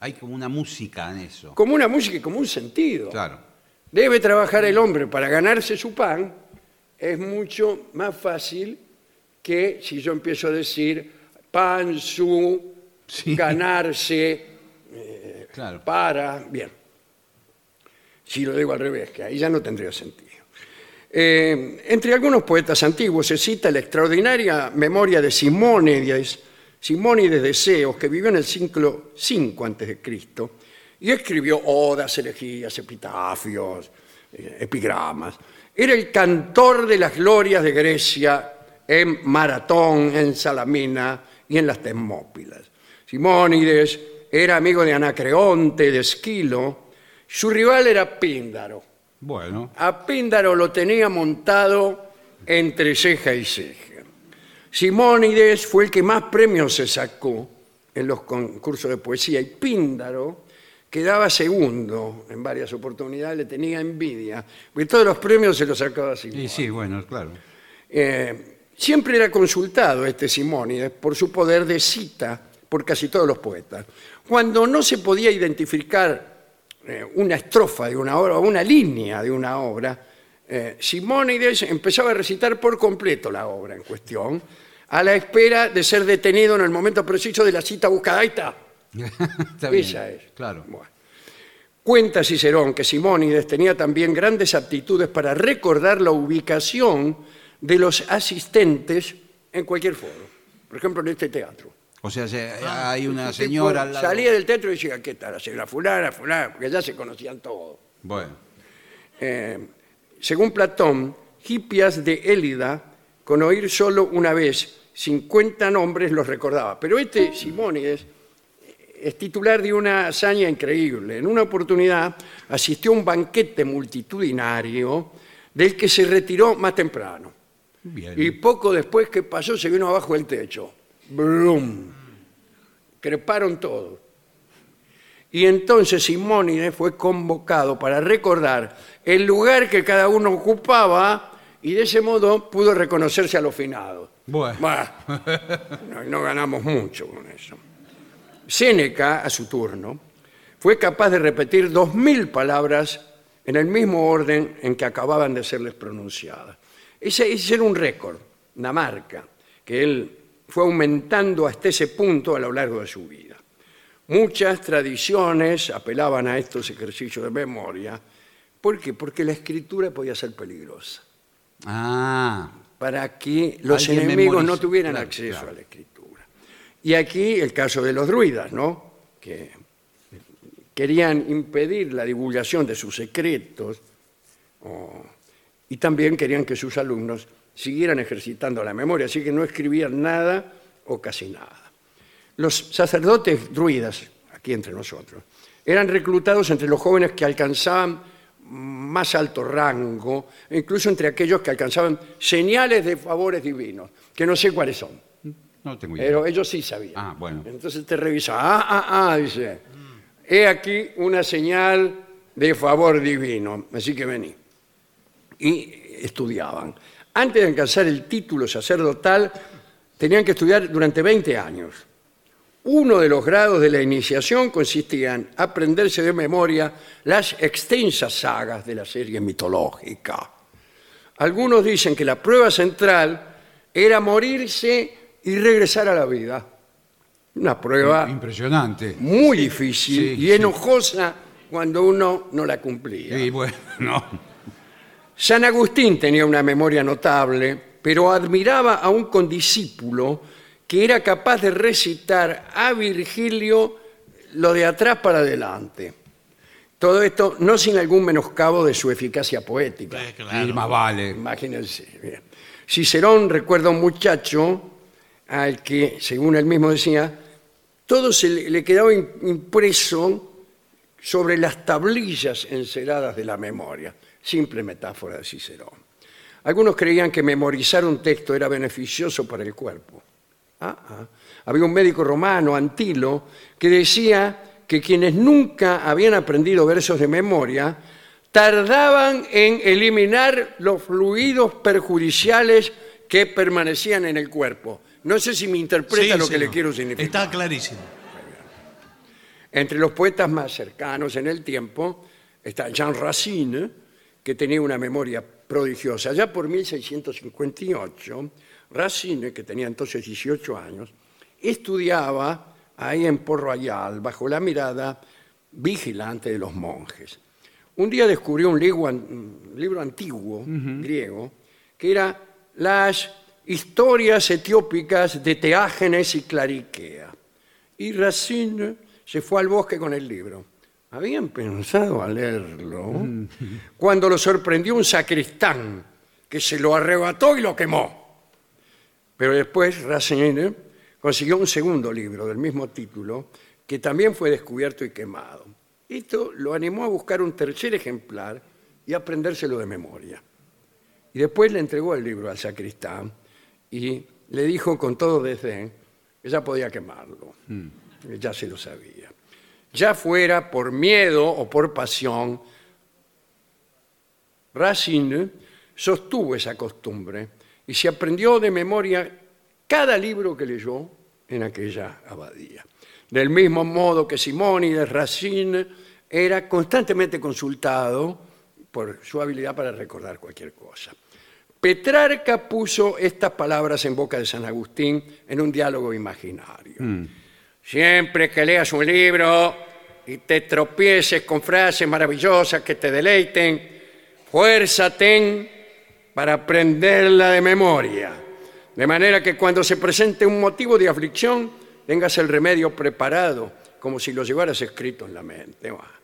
Speaker 3: hay como una música en eso.
Speaker 1: como una música y como un sentido.
Speaker 3: Claro.
Speaker 1: Debe trabajar el hombre para ganarse su pan, es mucho más fácil que si yo empiezo a decir pan, su,
Speaker 3: Sí.
Speaker 1: ganarse,
Speaker 3: Claro.
Speaker 1: para. Bien. Si lo digo al revés, que ahí ya no tendría sentido. Eh, entre algunos poetas antiguos se cita la extraordinaria memoria de Simónides, Simónides de Ceos, que vivió en el siglo 5 antes de Cristo y escribió odas, elegías, epitafios, eh, epigramas. Era el cantor de las glorias de Grecia en Maratón, en Salamina y en las Termópilas. Simónides era amigo de Anacreonte, de Esquilo. Su rival era Píndaro.
Speaker 3: Bueno.
Speaker 1: A Píndaro lo tenía montado entre ceja y ceja. Simónides fue el que más premios se sacó en los concursos de poesía y Píndaro quedaba segundo en varias oportunidades, le tenía envidia, porque todos los premios se los sacaba
Speaker 3: Y
Speaker 1: Simónides.
Speaker 3: sí, bueno, claro.
Speaker 1: Eh, siempre era consultado este Simónides por su poder de cita por casi todos los poetas. Cuando no se podía identificar eh, una estrofa de una obra o una línea de una obra, eh, Simónides empezaba a recitar por completo la obra en cuestión, a la espera de ser detenido en el momento preciso de la cita buscada. Ahí está. Esa
Speaker 3: Está bien,
Speaker 1: es.
Speaker 3: Claro.
Speaker 1: Bueno. Cuenta Cicerón que Simónides tenía también grandes aptitudes para recordar la ubicación de los asistentes en cualquier foro. Por ejemplo, en este teatro.
Speaker 3: O sea, se- hay una
Speaker 1: El tipo
Speaker 3: señora al lado.
Speaker 1: Salía del teatro y decía, ¿qué tal? La señora fulana, fulana, porque ya se conocían todos.
Speaker 3: Bueno.
Speaker 1: Eh, según Platón, Hipias de Élida, con oír solo una vez 50 nombres los recordaba. Pero este Simónides es titular de una hazaña increíble. En una oportunidad asistió a un banquete multitudinario del que se retiró más temprano.
Speaker 3: Bien.
Speaker 1: Y poco después que pasó se vino abajo el techo. Brum. Creparon todo. Y entonces Simónides fue convocado para recordar el lugar que cada uno ocupaba y de ese modo pudo reconocerse a los finados.
Speaker 3: Bueno.
Speaker 1: no, no ganamos mucho con eso. Séneca, a su turno, fue capaz de repetir dos mil palabras en el mismo orden en que acababan de serles pronunciadas. Ese, ese era un récord, una marca, que él fue aumentando hasta ese punto a lo largo de su vida. Muchas tradiciones apelaban a estos ejercicios de memoria. ¿Por qué? Porque la escritura podía ser peligrosa
Speaker 3: Ah,
Speaker 1: para que los
Speaker 3: Alguien
Speaker 1: enemigos
Speaker 3: memoriza,
Speaker 1: no tuvieran
Speaker 3: claro,
Speaker 1: acceso
Speaker 3: claro.
Speaker 1: a la escritura. Y aquí el caso de los druidas, ¿no? Que querían impedir la divulgación de sus secretos o- y también querían que sus alumnos siguieran ejercitando la memoria, así que no escribían nada o casi nada. Los sacerdotes druidas, aquí entre nosotros, eran reclutados entre los jóvenes que alcanzaban más alto rango, e incluso entre aquellos que alcanzaban señales de favores divinos, que no sé cuáles son,
Speaker 3: no tengo idea.
Speaker 1: pero ellos sí sabían.
Speaker 3: Ah, bueno.
Speaker 1: Entonces te revisa, ah, ah, ah, dice, he aquí una señal de favor divino, así que vení. Y estudiaban. Antes de alcanzar el título sacerdotal, tenían que estudiar durante 20 años. Uno de los grados de la iniciación consistía en aprenderse de memoria las extensas sagas de la serie mitológica. Algunos dicen que la prueba central era morirse y regresar a la vida. Una prueba
Speaker 3: Impresionante.
Speaker 1: muy difícil
Speaker 3: sí,
Speaker 1: y
Speaker 3: sí.
Speaker 1: enojosa cuando uno no la cumplía.
Speaker 3: Y bueno, no.
Speaker 1: San Agustín tenía una memoria notable, pero admiraba a un condiscípulo que era capaz de recitar a Virgilio lo de atrás para adelante. Todo esto no sin algún menoscabo de su eficacia poética.
Speaker 2: Eh,
Speaker 3: Y
Speaker 2: claro.
Speaker 3: más vale.
Speaker 1: Imagínense. bien. Cicerón recuerda a un muchacho al que, según él mismo decía, todo se le le quedaba im- impreso sobre las tablillas enceradas de la memoria. Simple metáfora de Cicerón. Algunos creían que memorizar un texto era beneficioso para el cuerpo. Ah, ah. Había un médico romano, Antilo, que decía que quienes nunca habían aprendido versos de memoria tardaban en eliminar los fluidos perjudiciales que permanecían en el cuerpo. No sé si me interpreta
Speaker 2: Sí,
Speaker 1: lo que le
Speaker 2: señor.
Speaker 1: quiero significar.
Speaker 2: Está clarísimo.
Speaker 1: Entre los poetas más cercanos en el tiempo está Jean Racine, que tenía una memoria prodigiosa. Ya por 1658, Racine, que tenía entonces 18 años, estudiaba ahí en Port Royal bajo la mirada vigilante de los monjes. Un día descubrió un libro, an- un libro antiguo, griego, que era Las historias etiópicas de Teágenes y Clariquea. Y Racine se fue al bosque con el libro. Habían pensado a leerlo cuando lo sorprendió un sacristán que se lo arrebató y lo quemó. Pero después Racine consiguió un segundo libro del mismo título que también fue descubierto y quemado. Esto lo animó a buscar un tercer ejemplar y aprendérselo de memoria. Y después le entregó el libro al sacristán y le dijo con todo desdén que ya podía quemarlo. que Ya se lo sabía. Ya fuera por miedo o por pasión, Racine sostuvo esa costumbre y se aprendió de memoria cada libro que leyó en aquella abadía. Del mismo modo que Simónides, Racine era constantemente consultado por su habilidad para recordar cualquier cosa. Petrarca puso estas palabras en boca de San Agustín en un diálogo imaginario. Siempre que leas un libro y te tropieces con frases maravillosas que te deleiten, fuerza ten para aprenderla de memoria, de manera que cuando se presente un motivo de aflicción, tengas el remedio preparado, como si lo llevaras escrito en la mente. Buah.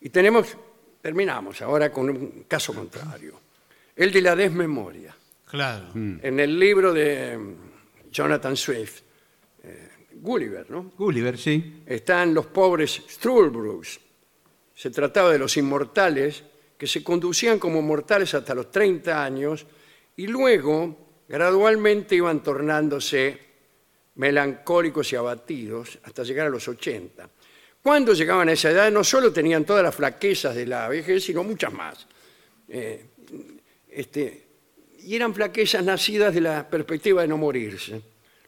Speaker 1: Y tenemos, terminamos ahora con un caso contrario, el de la desmemoria.
Speaker 2: Claro.
Speaker 1: En el libro de mm, Jonathan Swift, eh, Gulliver, ¿no?
Speaker 3: Gulliver, sí.
Speaker 1: están los pobres Struldbrugs. Se trataba de los inmortales que se conducían como mortales hasta los 30 años y luego gradualmente iban tornándose melancólicos y abatidos hasta llegar a los 80. Cuando llegaban a esa edad no solo tenían todas las flaquezas de la vejez, sino muchas más. Eh, este, y eran flaquezas nacidas de la perspectiva de no morirse.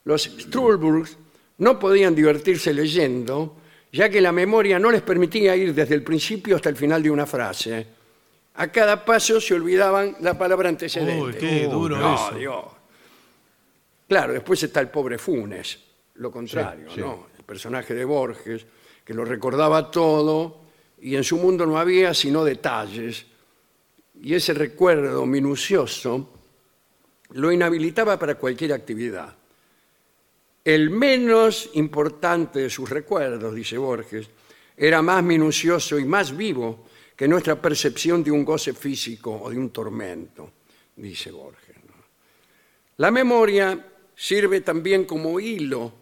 Speaker 1: Los Strulburgs no podían divertirse leyendo, ya que la memoria no les permitía ir desde el principio hasta el final de una frase. A cada paso se olvidaban la palabra antecedente.
Speaker 2: Uy, qué duro
Speaker 1: no,
Speaker 2: eso.
Speaker 1: Dios. Claro, después está el pobre Funes, lo contrario,
Speaker 3: Sí, sí.
Speaker 1: ¿no? El personaje de Borges, que lo recordaba todo y en su mundo no había sino detalles. Y ese recuerdo minucioso lo inhabilitaba para cualquier actividad. El menos importante de sus recuerdos, dice Borges, era más minucioso y más vivo que nuestra percepción de un goce físico o de un tormento, dice Borges. ¿no? La memoria sirve también como hilo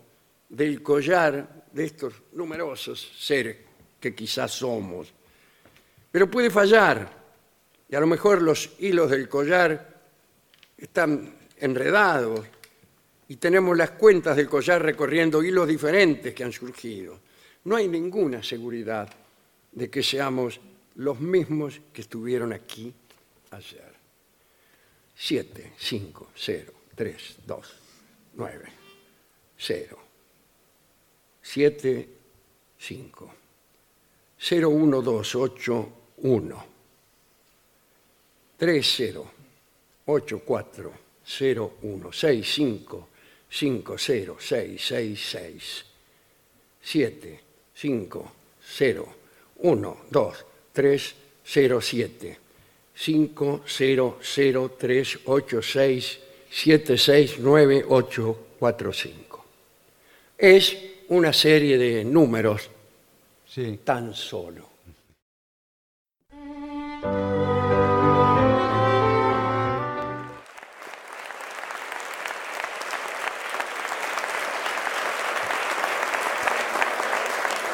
Speaker 1: del collar de estos numerosos seres que quizás somos. Pero puede fallar, y a lo mejor los hilos del collar están enredados y tenemos las cuentas del collar recorriendo hilos diferentes que han surgido. No hay ninguna seguridad de que seamos los mismos que estuvieron aquí ayer. 7, 5, 0, 3, 2, 9, 0, 7, 5, 0, 1, 2, 8, 1, 3, 0, 8, 4, 0, 1, 6, 5, 5, 0, 6, 6, 6, 7, 5, 0, 1, 2, 3, 0, 7, 5, 0, 0, 3, 8, 6, 7, 6, 9, 8, 4, 5. Es una serie de números
Speaker 3: Sí.
Speaker 1: tan solo.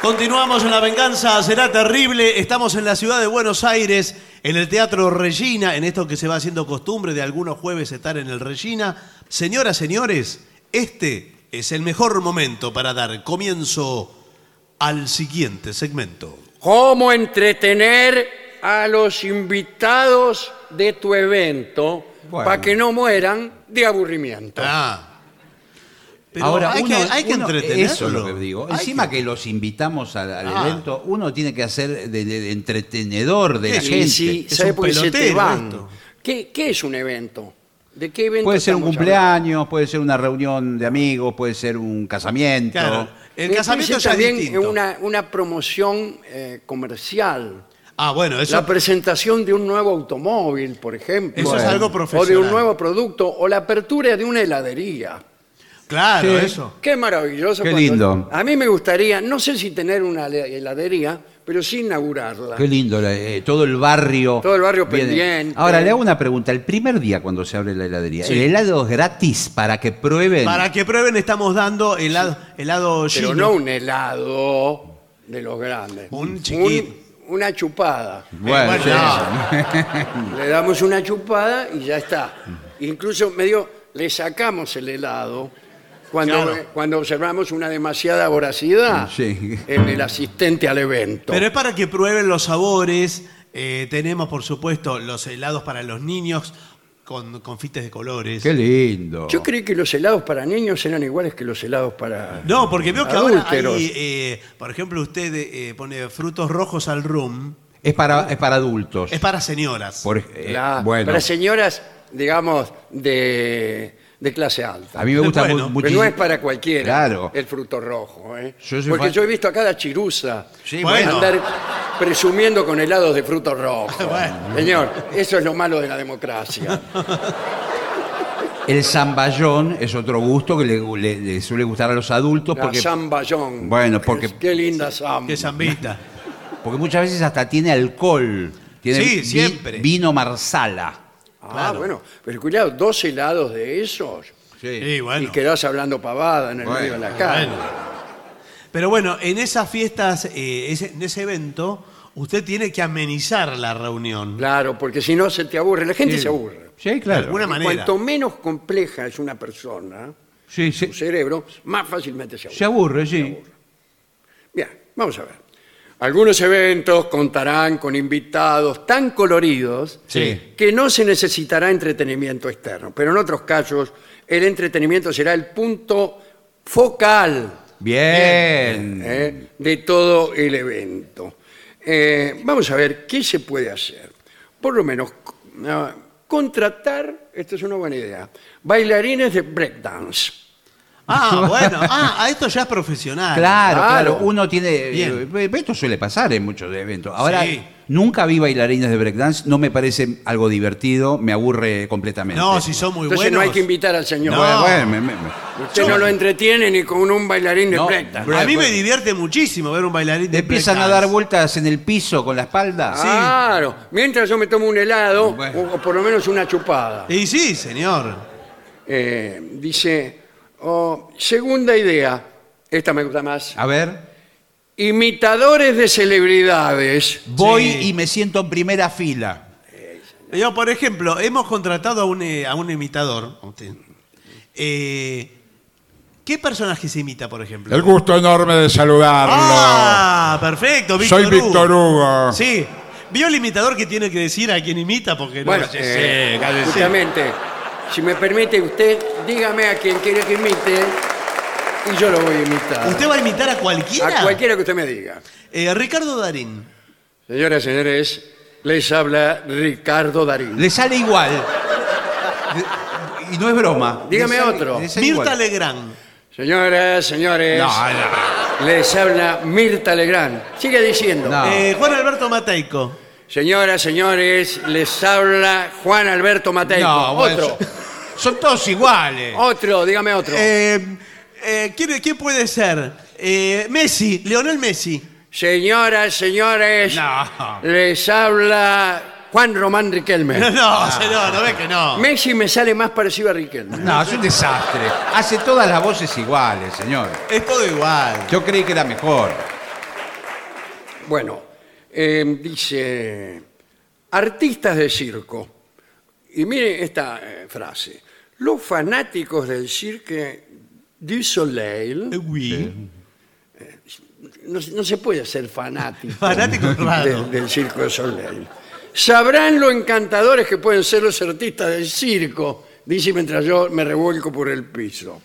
Speaker 2: Continuamos en La Venganza Será Terrible. Estamos en la ciudad de Buenos Aires, en el Teatro Regina, en esto que se va haciendo costumbre de algunos jueves estar en el Regina. Señoras, señores, este es el mejor momento para dar comienzo al siguiente segmento.
Speaker 1: ¿Cómo entretener a los invitados de tu evento
Speaker 3: Bueno.
Speaker 1: para que no mueran de aburrimiento?
Speaker 2: Ah. Pero
Speaker 3: Ahora,
Speaker 2: hay
Speaker 3: uno-
Speaker 2: que, hay que
Speaker 3: uno-
Speaker 2: entretenerlo.
Speaker 3: Eso es lo que digo.
Speaker 2: Hay
Speaker 3: Encima que... los invitamos al, al
Speaker 2: Ah.
Speaker 3: evento, uno tiene que hacer de, de- de entretenedor de la
Speaker 2: Sí,
Speaker 3: gente.
Speaker 1: Y si,
Speaker 2: es
Speaker 1: ¿sabe
Speaker 2: un
Speaker 1: por qué se te
Speaker 2: pelotero
Speaker 1: van?
Speaker 2: esto.
Speaker 1: ¿Qué, qué es un evento? ¿De qué evento
Speaker 3: Puede ser un
Speaker 1: estamos
Speaker 3: cumpleaños, puede ser una reunión de amigos, puede ser un casamiento.
Speaker 2: Claro, el
Speaker 1: hablando?
Speaker 2: casamiento
Speaker 1: Puede
Speaker 2: ya
Speaker 1: ser
Speaker 2: es
Speaker 1: también
Speaker 2: distinto.
Speaker 1: Una, una promoción eh, comercial.
Speaker 2: Ah, bueno, eso
Speaker 1: La presentación de un nuevo automóvil, por ejemplo.
Speaker 2: Eso
Speaker 3: es
Speaker 2: algo
Speaker 1: O de un
Speaker 2: profesional.
Speaker 1: nuevo producto, o la apertura de una heladería.
Speaker 2: Claro,
Speaker 3: Sí.
Speaker 2: eso.
Speaker 1: Qué maravilloso.
Speaker 3: Qué
Speaker 1: cuando-
Speaker 3: lindo.
Speaker 1: A mí me gustaría, no sé si tener una hel- heladería, pero sí inaugurarla.
Speaker 3: Qué lindo, la- eh, todo el barrio.
Speaker 1: Todo el barrio pendiente.
Speaker 3: Ahora, le hago una pregunta. El primer día cuando se abre la heladería,
Speaker 2: Sí.
Speaker 3: ¿el helado es gratis para que prueben?
Speaker 2: Para que prueben, estamos dando helado, helado
Speaker 1: Pero
Speaker 2: chino.
Speaker 1: no un helado de los grandes.
Speaker 2: Un chiquito.
Speaker 1: una chupada.
Speaker 3: Bueno,
Speaker 2: bueno,
Speaker 3: sí.
Speaker 2: no.
Speaker 1: Le damos una chupada y ya está. Incluso medio le sacamos el helado cuando,
Speaker 2: Claro.
Speaker 1: cuando observamos una demasiada voracidad
Speaker 3: Mm, Sí.
Speaker 1: en el asistente al evento.
Speaker 2: Pero es para que prueben los sabores. Eh, tenemos, por supuesto, los helados para los niños con confites de colores.
Speaker 3: Qué lindo.
Speaker 1: Yo creí que los helados para niños eran iguales que los helados para...
Speaker 2: No, porque veo que
Speaker 1: Adúlteros.
Speaker 2: ahora hay, eh, por ejemplo, usted eh, pone frutos rojos al rum.
Speaker 3: Es para, es para adultos.
Speaker 2: Es para señoras.
Speaker 3: Por- eh,
Speaker 1: La-
Speaker 3: bueno,
Speaker 1: Para señoras, digamos, de, de clase alta.
Speaker 3: a mí me gusta
Speaker 2: Bueno,
Speaker 3: mu-
Speaker 2: pero
Speaker 1: Pero
Speaker 3: muchísimo.
Speaker 1: no es para cualquiera
Speaker 3: Claro.
Speaker 1: el fruto rojo. ¿eh?
Speaker 3: Yo soy
Speaker 1: Porque
Speaker 3: fan-
Speaker 1: yo he visto a cada chirusa
Speaker 3: Sí,
Speaker 2: Bueno.
Speaker 1: andar presumiendo con helados de fruto rojo.
Speaker 2: Bueno.
Speaker 1: Señor, eso es lo malo de la democracia.
Speaker 3: El zamballón es otro gusto que le, le- le suele gustar a los adultos
Speaker 1: La
Speaker 3: porque,
Speaker 1: zambayón.
Speaker 3: Bueno, porque-
Speaker 1: Qué linda zamba.
Speaker 2: Que zambita.
Speaker 3: porque muchas veces hasta tiene alcohol. Tiene
Speaker 2: Sí,
Speaker 3: vi-
Speaker 2: siempre.
Speaker 3: Vino marsala.
Speaker 1: Ah,
Speaker 2: claro.
Speaker 1: bueno. Pero cuidado, dos helados de esos
Speaker 2: Sí, bueno.
Speaker 1: y quedás hablando pavada en el
Speaker 3: Bueno,
Speaker 1: medio de la calle.
Speaker 2: Bueno. Pero bueno, en esas fiestas, eh, ese- en ese evento, usted tiene que amenizar la reunión.
Speaker 1: Claro, porque si no se te aburre. La gente se aburre.
Speaker 3: Sí,
Speaker 2: de
Speaker 3: claro.
Speaker 2: alguna manera.
Speaker 1: Cuanto menos compleja es una persona,
Speaker 3: Sí, sí.
Speaker 1: su cerebro, más fácilmente se
Speaker 3: Se
Speaker 1: aburre.
Speaker 3: aburre, sí.
Speaker 1: Bien, vamos a ver. Algunos eventos contarán con invitados tan coloridos
Speaker 3: Sí.
Speaker 1: que no se necesitará entretenimiento externo, pero en otros casos el entretenimiento será el punto focal
Speaker 3: Bien.
Speaker 1: ¿eh? de todo el evento. Eh, vamos a ver qué se puede hacer. Por lo menos c- ah, contratar, esto es una buena idea, bailarines de breakdance.
Speaker 2: Ah, bueno. Ah, a esto ya es profesional.
Speaker 3: Claro,
Speaker 1: Claro.
Speaker 3: claro, Uno tiene.
Speaker 2: Ah, Bien.
Speaker 3: eh, Esto suele pasar en muchos eventos. Ahora,
Speaker 2: Sí.
Speaker 3: nunca vi bailarines de breakdance. No me parece algo divertido. Me aburre completamente.
Speaker 2: No, si son muy
Speaker 1: Entonces
Speaker 2: buenos.
Speaker 1: no hay que invitar al señor.
Speaker 2: No.
Speaker 3: Bueno, bueno, me- me- me-
Speaker 1: Usted no lo entretiene ni con un bailarín de
Speaker 3: No,
Speaker 1: breakdance.
Speaker 2: A mí me divierte muchísimo ver un bailarín de
Speaker 3: Empiezan a
Speaker 2: breakdance.
Speaker 3: dar vueltas en el piso con la espalda.
Speaker 1: Claro, mientras yo me tomo un helado
Speaker 3: Bueno.
Speaker 1: o, o por lo menos una chupada.
Speaker 2: Y sí, señor.
Speaker 1: Eh, dice, oh, segunda idea, esta me gusta más.
Speaker 3: A ver.
Speaker 1: Imitadores de celebridades.
Speaker 3: Voy
Speaker 2: Sí.
Speaker 3: y me siento en primera fila.
Speaker 2: Yo, por ejemplo, hemos contratado a un, eh, a un imitador. a usted. Eh, ¿Qué personaje se imita, por ejemplo?
Speaker 4: El gusto enorme de saludarlo.
Speaker 2: Ah, perfecto, Víctor
Speaker 4: Soy Víctor Hugo.
Speaker 2: Sí. ¿Vio el imitador que tiene que decir a quien imita? Porque
Speaker 1: Bueno,
Speaker 2: no. Sí,
Speaker 1: eh,
Speaker 2: sí, cállese.
Speaker 1: justamente, si me permite usted, dígame a quien quiere que imite y yo lo voy a imitar.
Speaker 2: ¿Usted va a imitar a cualquiera?
Speaker 1: A cualquiera que usted me diga.
Speaker 2: Eh, Ricardo Darín.
Speaker 1: Señoras y señores, les habla Ricardo Darín.
Speaker 3: Le sale igual. De- y no es broma.
Speaker 1: Dígame
Speaker 3: Le sale-
Speaker 1: otro.
Speaker 3: le sale
Speaker 2: Mirta
Speaker 3: igual.
Speaker 2: Legrand.
Speaker 1: Señoras, señores,
Speaker 3: No, no.
Speaker 1: les habla Mirta Legrand. Sigue diciendo.
Speaker 3: No.
Speaker 2: Eh, Juan Alberto Mateico.
Speaker 1: Señoras, señores, les habla Juan Alberto Mateico.
Speaker 3: No, bueno,
Speaker 1: otro,
Speaker 3: Son todos iguales.
Speaker 1: otro, dígame otro.
Speaker 2: Eh, eh, ¿quién, quién puede ser? Eh, Messi, Leonel Messi.
Speaker 1: Señoras, señores,
Speaker 3: No.
Speaker 1: les habla Juan Román Riquelme.
Speaker 2: No, no, señor, no ve que no.
Speaker 1: Messi me sale más parecido a Riquelme.
Speaker 3: No, es un desastre. Hace todas las voces iguales, señor.
Speaker 2: Es todo igual.
Speaker 3: Yo creí que era mejor.
Speaker 1: Bueno, eh, dice, artistas de circo. Y mire esta eh, frase. Los fanáticos del cirque du Soleil
Speaker 2: Eh, oui.
Speaker 1: no, no se puede ser fanático.
Speaker 2: Fanático es raro.
Speaker 1: del- del circo de Soleil. Sabrán lo encantadores que pueden ser los artistas del circo, dice mientras yo me revuelco por el piso.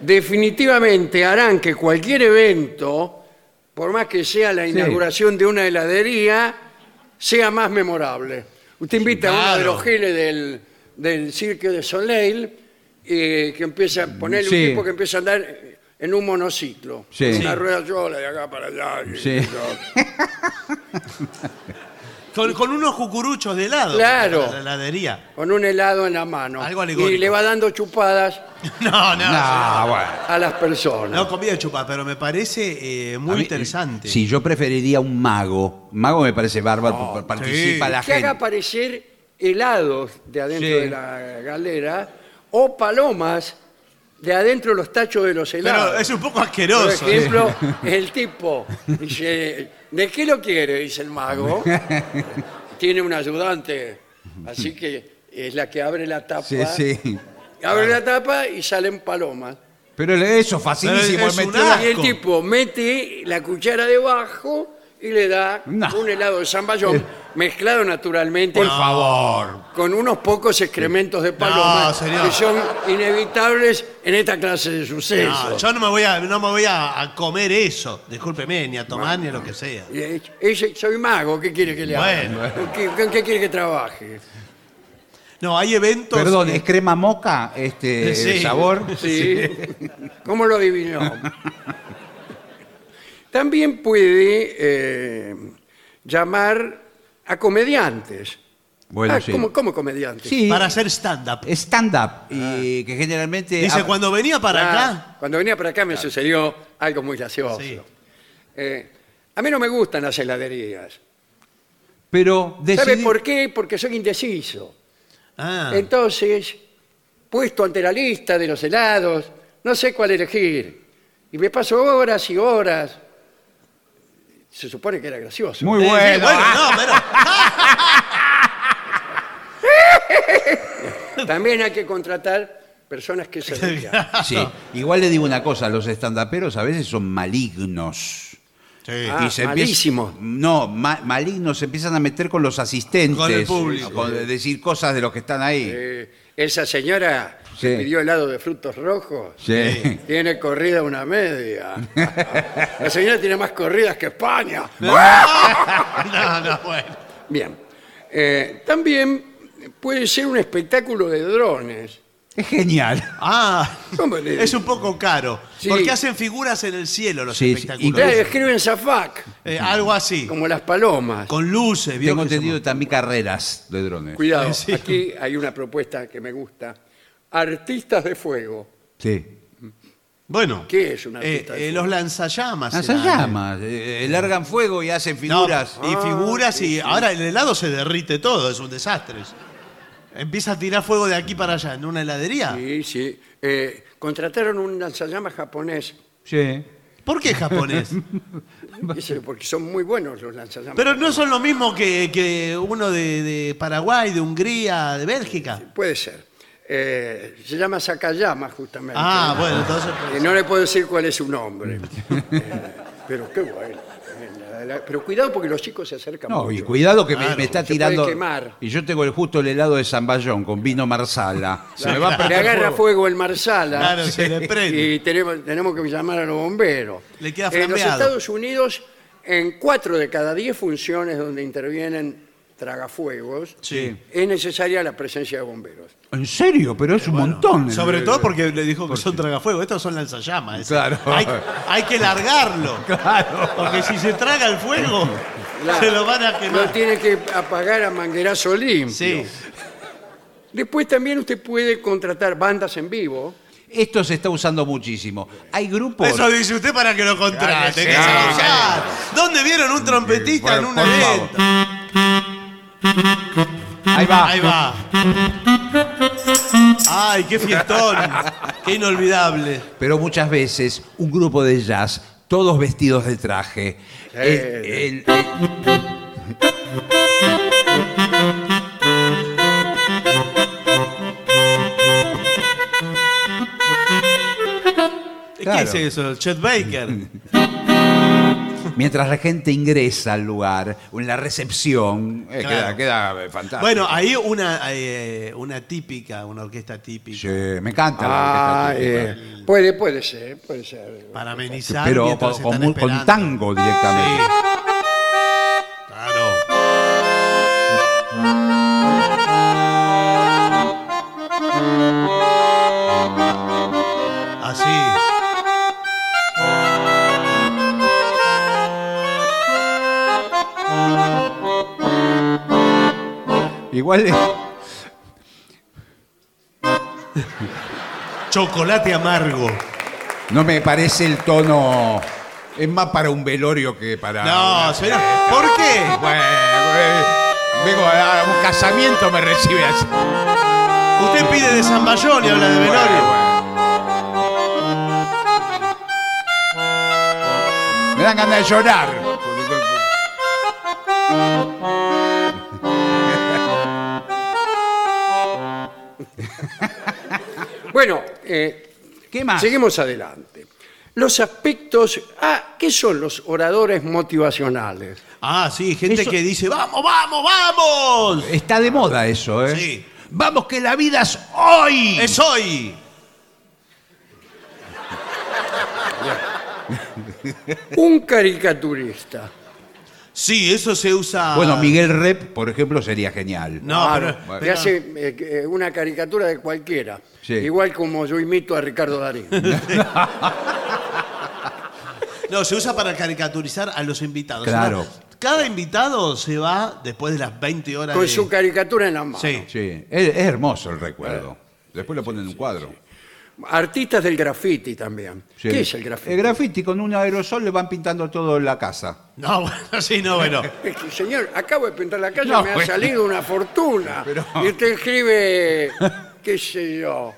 Speaker 1: Definitivamente harán que cualquier evento, por más que sea la inauguración de una heladería, sea más memorable. Usted invita a uno de
Speaker 2: claro.
Speaker 1: los geles del, del circo de Soleil, eh, que empieza a ponerle
Speaker 3: Mm, Sí.
Speaker 1: un tipo que empieza a andar en un monociclo.
Speaker 3: Sí.
Speaker 1: Una rueda sola de acá para allá. y-
Speaker 3: Sí.
Speaker 2: Con, con unos cucuruchos de helado.
Speaker 1: Claro.
Speaker 2: para La heladería.
Speaker 1: con un helado en la mano
Speaker 2: Algo alegórico.
Speaker 1: y le va dando chupadas
Speaker 2: No, no.
Speaker 3: Ah,
Speaker 2: No,
Speaker 3: bueno.
Speaker 1: a las personas.
Speaker 2: no comida chupa, pero me parece eh, muy
Speaker 3: A mí,
Speaker 2: interesante.
Speaker 3: Sí, yo preferiría un mago. Mago me parece bárbaro, porque participa
Speaker 2: Oh, sí.
Speaker 3: la
Speaker 1: que haga
Speaker 3: gente.
Speaker 1: aparecer helados de adentro
Speaker 3: Sí.
Speaker 1: de la galera o palomas de adentro de los tachos de los helados.
Speaker 2: pero es un poco
Speaker 1: Por
Speaker 2: asqueroso. eh.
Speaker 1: ejemplo, el tipo dice, ¿de qué lo quiere? Dice el mago. Tiene un ayudante, así que es la que abre la tapa.
Speaker 3: Sí, sí.
Speaker 1: Abre
Speaker 2: Ah.
Speaker 1: la tapa y salen palomas.
Speaker 3: Pero eso, facilísimo.
Speaker 2: Es- es
Speaker 3: el
Speaker 2: un
Speaker 3: meter-
Speaker 2: asco.
Speaker 1: Y el tipo mete la cuchara debajo y le da
Speaker 3: No.
Speaker 1: un helado de
Speaker 2: Eh.
Speaker 1: zamballón mezclado naturalmente
Speaker 3: Por favor.
Speaker 1: con unos pocos excrementos de paloma
Speaker 2: No, señor.
Speaker 1: que son inevitables en esta clase de
Speaker 2: No,
Speaker 1: sucesos.
Speaker 2: yo no me voy a, no me voy a, a comer eso. Discúlpeme, ni a tomar ni a lo que sea.
Speaker 1: Y es- es- Eh, soy mago, ¿qué quiere que le haga?
Speaker 2: Bueno.
Speaker 1: ¿Con ¿Qué, con qué quiere que trabaje?
Speaker 2: No, hay eventos. eh,
Speaker 3: Perdón, ¿es
Speaker 2: que-
Speaker 3: crema moca este
Speaker 2: Eh, Sí.
Speaker 3: el sabor?
Speaker 1: Sí. ¿Cómo lo adivinó? También puede eh, llamar a comediantes.
Speaker 3: Bueno,
Speaker 1: Ah,
Speaker 3: sí.
Speaker 1: ¿cómo, cómo comediantes?
Speaker 3: Sí,
Speaker 2: para hacer stand-up.
Speaker 3: stand-up. Y que generalmente.
Speaker 2: Dice,
Speaker 3: ah,
Speaker 2: cuando venía para
Speaker 1: Ah,
Speaker 2: acá.
Speaker 1: Cuando venía para acá me sucedió algo muy gracioso.
Speaker 2: Sí.
Speaker 1: Eh, a mí no me gustan las heladerías.
Speaker 3: Pero
Speaker 2: Eh,
Speaker 1: ¿Sabe
Speaker 3: decidí-
Speaker 1: por qué? Porque soy indeciso.
Speaker 2: Ah,
Speaker 1: Eh, Entonces, puesto ante la lista de los helados, no sé cuál elegir. Y me paso horas y horas. Se supone que era gracioso.
Speaker 3: Muy
Speaker 2: eh, sí,
Speaker 3: bueno. ah.
Speaker 2: no, pero.
Speaker 1: También hay que contratar personas que se rían.
Speaker 3: Ah, sí. Igual le digo una cosa, los estandaperos a veces son malignos.
Speaker 2: Sí.
Speaker 1: Ah, malísimos.
Speaker 3: No, ma- malignos, se empiezan a meter con los asistentes.
Speaker 2: Con el público.
Speaker 3: Con decir cosas de los que están ahí.
Speaker 1: Eh, esa señora que
Speaker 3: Sí.
Speaker 1: pidió helado de frutos rojos.
Speaker 3: Sí.
Speaker 1: Tiene corrida una media. La señora tiene más corridas que España.
Speaker 2: Ah, No, no, bueno.
Speaker 1: Bien. Eh, también puede ser un espectáculo de drones.
Speaker 3: Es genial.
Speaker 2: Ah,
Speaker 1: ¿Cómo le-
Speaker 2: es un poco caro.
Speaker 1: Sí.
Speaker 2: Porque hacen figuras en el cielo los
Speaker 3: Sí, sí,
Speaker 1: Claro,
Speaker 2: espectáculos.
Speaker 3: incluso-
Speaker 1: escriben Zafac,
Speaker 2: Eh, algo así.
Speaker 1: como las palomas.
Speaker 2: Con luces, ¿vio
Speaker 3: Tengo
Speaker 2: que se
Speaker 3: entendido también carreras de drones.
Speaker 1: Cuidado,
Speaker 2: Sí.
Speaker 1: aquí hay una propuesta que me gusta. Artistas de fuego.
Speaker 3: Sí.
Speaker 2: Bueno.
Speaker 1: ¿Qué es un artista
Speaker 2: Eh,
Speaker 1: de
Speaker 2: eh,
Speaker 1: fuego?
Speaker 2: los lanzallamas.
Speaker 3: Ah, se
Speaker 2: eran.
Speaker 3: llama. eh, largan fuego y hacen
Speaker 2: No,
Speaker 3: figuras.
Speaker 2: y figuras y ahora el helado se derrite todo, es un desastre. Empieza a tirar fuego de aquí para allá en una heladería.
Speaker 1: Sí, sí. Eh, contrataron un lanzallamas japonés.
Speaker 3: Sí.
Speaker 2: ¿Por qué japonés?
Speaker 1: Dice, Porque son muy buenos los lanzallamas.
Speaker 2: Pero no son lo mismo que, que uno de, de Paraguay, de Hungría, de Bélgica.
Speaker 1: Puede ser. Eh, se llama Sakayama, justamente.
Speaker 2: Ah, bueno, entonces.
Speaker 1: Eh, no le puedo decir cuál es su nombre. Eh, pero qué bueno. Eh, la- la- Pero cuidado porque los chicos se acercan
Speaker 3: No,
Speaker 1: mucho.
Speaker 3: y cuidado que me-
Speaker 2: Claro,
Speaker 3: me, está
Speaker 1: se puede
Speaker 3: tirando.
Speaker 1: quemar.
Speaker 3: Y yo tengo el justo el helado de Zamballón con vino marsala. Se me va a
Speaker 1: Le
Speaker 3: perder
Speaker 1: agarra fuego, el marsala.
Speaker 2: Claro, se le prende.
Speaker 1: Y tenemos, tenemos que llamar a los bomberos.
Speaker 2: Le queda
Speaker 1: En los
Speaker 2: flambeado.
Speaker 1: Estados Unidos, en cuatro de cada diez funciones donde intervienen tragafuegos,
Speaker 2: Sí.
Speaker 1: es necesaria la presencia de bomberos.
Speaker 3: ¿En serio? Pero es un montón.
Speaker 2: Sobre todo porque le dijo que son tragafuego, estos son lanzallamas. es-
Speaker 3: Claro.
Speaker 2: Hay, hay que largarlo. Porque si se traga el fuego,
Speaker 1: Claro.
Speaker 2: se lo van a
Speaker 1: Lo
Speaker 2: quemar.
Speaker 1: tiene que apagar a manguerazo limpio.
Speaker 2: Sí.
Speaker 1: Después también usted puede contratar bandas en vivo.
Speaker 3: Esto se está usando muchísimo. Hay grupos.
Speaker 2: Eso dice usted para que lo contrate.
Speaker 3: Cállese.
Speaker 2: que se lo usar. ¿Dónde vieron un trompetista en
Speaker 3: Por-
Speaker 2: una
Speaker 3: por favor.
Speaker 2: venta?
Speaker 3: Ahí va.
Speaker 2: Ahí va. Ay, qué fiestón. Qué inolvidable.
Speaker 3: Pero muchas veces un grupo de jazz, todos vestidos de traje. El- el- el-
Speaker 2: ¿Qué
Speaker 3: Claro.
Speaker 2: es eso? Chet Baker.
Speaker 3: mientras la gente ingresa al lugar, o en la recepción, eh,
Speaker 2: Claro.
Speaker 3: queda, queda, eh, fantástico.
Speaker 2: Bueno, ahí una, eh, una típica, una orquesta típica.
Speaker 3: Sí, me encanta la
Speaker 1: Ah,
Speaker 3: orquesta típica.
Speaker 1: eh, puede, puede ser, puede ser.
Speaker 2: Para amenizar.
Speaker 3: Pero
Speaker 2: mientras
Speaker 3: con, con
Speaker 2: están
Speaker 3: mu- con
Speaker 2: esperando.
Speaker 3: tango directamente.
Speaker 2: Claro. Así.
Speaker 1: eh.
Speaker 3: Igual es-
Speaker 2: Chocolate amargo.
Speaker 3: no me parece el tono. Es más para un velorio que para.
Speaker 2: No,
Speaker 3: una
Speaker 2: señor.
Speaker 3: fiesta.
Speaker 2: ¿Por qué?
Speaker 3: Bueno, eh, vengo a un casamiento, me recibe así.
Speaker 2: Usted pide de San Bayón y habla de velorio.
Speaker 3: Me dan ganas de llorar.
Speaker 1: Bueno, eh,
Speaker 3: ¿Qué
Speaker 2: Ah.
Speaker 3: más?
Speaker 1: seguimos adelante. Los aspectos. Ah, ¿qué son los oradores motivacionales?
Speaker 2: Ah, sí, gente
Speaker 3: Eso-
Speaker 2: que dice, vamos, vamos, vamos.
Speaker 3: Está de moda eso, ¿eh?
Speaker 2: Sí.
Speaker 3: Vamos que la vida es hoy.
Speaker 2: Es hoy.
Speaker 1: Un caricaturista.
Speaker 2: Sí, eso se usa.
Speaker 3: Bueno, Miguel Rep, por ejemplo, sería genial.
Speaker 2: Ah. No,
Speaker 1: Claro,
Speaker 2: pero-
Speaker 1: que hace eh, que, eh, una caricatura de cualquiera.
Speaker 3: Sí.
Speaker 1: Igual como yo imito a Ricardo Darín.
Speaker 2: No, se usa para caricaturizar a los invitados.
Speaker 3: Claro.
Speaker 2: O sea, Cada invitado se va después de las 20 horas
Speaker 1: con
Speaker 2: de...
Speaker 1: su caricatura en la mano.
Speaker 2: Sí.
Speaker 3: Sí, es, es hermoso el recuerdo. Después lo ponen en un cuadro.
Speaker 1: Artistas del graffiti también.
Speaker 3: Sí.
Speaker 1: ¿Qué es el graffiti?
Speaker 3: El graffiti con un aerosol le van pintando todo la casa.
Speaker 2: No, bueno, sí, no, bueno.
Speaker 1: Es que, Señor, acabo de pintar la calle,
Speaker 3: No,
Speaker 1: me ha
Speaker 3: bueno.
Speaker 1: salido una fortuna.
Speaker 3: Pero-
Speaker 1: Y usted escribe, qué sé yo,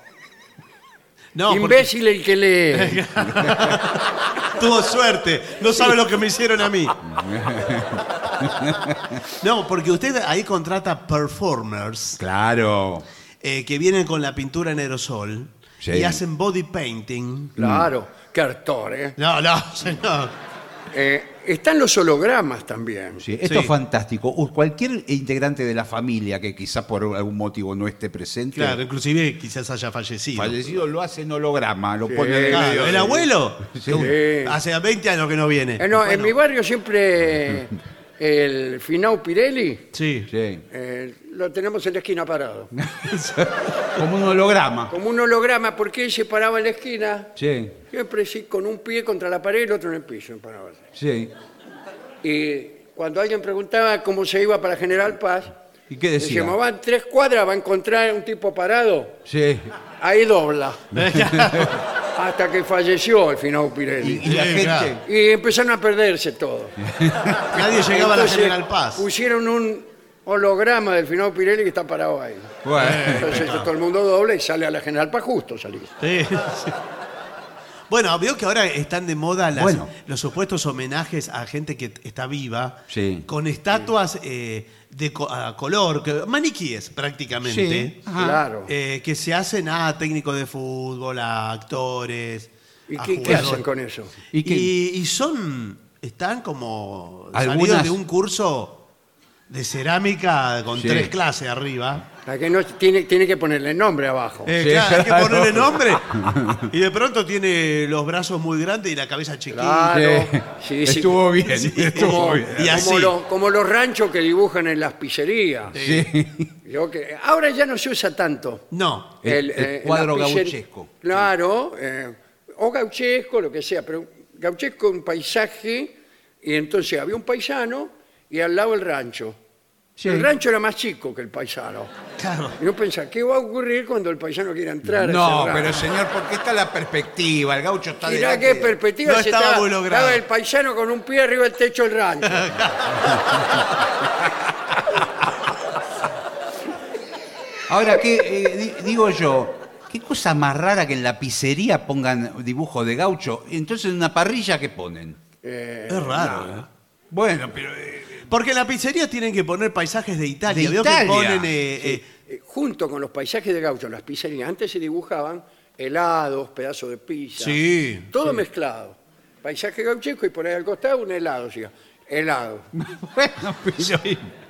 Speaker 2: No, porque
Speaker 1: imbécil el que
Speaker 3: Mm.
Speaker 1: lee.
Speaker 2: tuvo suerte. No sabe lo que me hicieron a mí. No, porque usted ahí contrata performers
Speaker 3: Claro.
Speaker 2: eh, que vienen con la pintura en aerosol
Speaker 3: Sí.
Speaker 2: y hacen body painting.
Speaker 1: Claro, qué actor, ¿eh?
Speaker 2: No, no, señor.
Speaker 1: Eh, Están los hologramas también.
Speaker 3: Sí, esto
Speaker 2: Sí.
Speaker 3: es fantástico. U- Cualquier integrante de la familia que quizá por algún motivo no esté presente,
Speaker 2: Claro, inclusive quizás haya fallecido.
Speaker 3: fallecido, lo hace en holograma, lo pone en
Speaker 2: Claro,
Speaker 3: medio
Speaker 2: ¿El
Speaker 3: de-
Speaker 2: abuelo?
Speaker 3: Sí. Ah,
Speaker 2: Hace 20 años que no viene.
Speaker 1: Eh, no, En
Speaker 2: Bueno,
Speaker 1: mi barrio siempre el Finau Pirelli
Speaker 2: Sí.
Speaker 3: Sí.
Speaker 1: eh, lo tenemos en la esquina parado.
Speaker 3: Como un holograma.
Speaker 1: Como un holograma, porque él se paraba en la esquina,
Speaker 3: Sí,
Speaker 1: siempre sí, con un pie contra la pared y el otro en el piso. paraba así.
Speaker 3: sí.
Speaker 1: Y cuando alguien preguntaba cómo se iba para General Paz,
Speaker 3: ¿Y qué decía?
Speaker 1: decíamos, van tres cuadras, va a encontrar un tipo parado,
Speaker 3: Sí.
Speaker 1: ahí dobla. Hasta que falleció el final Pirelli.
Speaker 3: Y la
Speaker 2: Sí,
Speaker 3: gente.
Speaker 2: claro.
Speaker 1: Y empezaron a perderse todo.
Speaker 2: Nadie llegaba a la
Speaker 1: Entonces,
Speaker 2: General Paz.
Speaker 1: Pusieron un holograma del final Pirelli que está parado ahí.
Speaker 3: Bueno.
Speaker 1: Entonces todo el mundo dobla y sale a la General Paz justo salir.
Speaker 2: Sí, sí. Bueno, veo que ahora están de moda las-
Speaker 3: Bueno.
Speaker 2: los supuestos homenajes a gente que t- está viva
Speaker 3: Sí.
Speaker 2: con estatuas eh, de co- a color, que- maniquíes prácticamente,
Speaker 3: Sí. Ajá.
Speaker 1: Claro.
Speaker 2: eh, que se hacen a técnicos de fútbol, a actores.
Speaker 1: ¿Y
Speaker 2: a
Speaker 1: qué, qué
Speaker 2: jugadores.
Speaker 1: hacen con eso?
Speaker 3: ¿Y qué?
Speaker 2: Y, y son, están como salidos
Speaker 3: Algunas-
Speaker 2: de un curso de cerámica con
Speaker 3: Sí.
Speaker 2: tres clases arriba.
Speaker 1: La que no tiene, tiene que ponerle nombre abajo.
Speaker 2: Eh,
Speaker 3: Sí,
Speaker 2: claro, hay que
Speaker 3: claro.
Speaker 2: ponerle nombre. Y de pronto tiene los brazos muy grandes y la cabeza chiquita.
Speaker 1: Claro. Sí, sí.
Speaker 3: Estuvo bien, estuvo
Speaker 1: Como,
Speaker 3: bien.
Speaker 2: Y así.
Speaker 1: como los, como los ranchos que dibujan en las pizzerías.
Speaker 3: Sí.
Speaker 1: Yo que, ahora ya no se usa tanto. eh,
Speaker 2: No.
Speaker 3: El- el
Speaker 1: en
Speaker 3: cuadro
Speaker 1: las pizzer-
Speaker 3: gauchesco.
Speaker 1: Claro, eh, o gauchesco, lo que sea, pero gauchesco un paisaje, y entonces había un paisano y al lado el rancho.
Speaker 3: Sí.
Speaker 1: El rancho era más chico que el paisano.
Speaker 2: Claro.
Speaker 1: Y yo pensaba, ¿qué va a ocurrir cuando el paisano quiera entrar? a
Speaker 3: No,
Speaker 1: ese
Speaker 3: pero
Speaker 1: rancho?
Speaker 3: señor, porque está la perspectiva. El gaucho está
Speaker 1: Mirá
Speaker 3: delante
Speaker 1: qué
Speaker 3: de-
Speaker 1: perspectiva
Speaker 2: No
Speaker 1: se
Speaker 2: estaba
Speaker 1: estaba,
Speaker 2: muy logrado.
Speaker 1: estaba el paisano con un pie arriba del techo del rancho.
Speaker 3: Ahora, ¿qué, eh, di- digo yo? ¿Qué cosa más rara que en la pizzería pongan dibujo de gaucho? Entonces, en una parrilla, ¿qué ponen?
Speaker 1: Eh,
Speaker 2: Es raro, ¿eh?
Speaker 3: Bueno, pero... eh,
Speaker 2: Porque en la pizzería tienen que poner paisajes de Italia.
Speaker 3: De
Speaker 2: Veo que
Speaker 3: Italia.
Speaker 2: ponen. eh, eh,
Speaker 1: eh, junto con los paisajes de gaucho, las pizzerías, antes se dibujaban helados, pedazos de pizza,
Speaker 2: eh, Sí,
Speaker 1: todo mezclado. paisaje gauchesco y poner al costado un helado, siga, helado.
Speaker 3: Bueno, pero-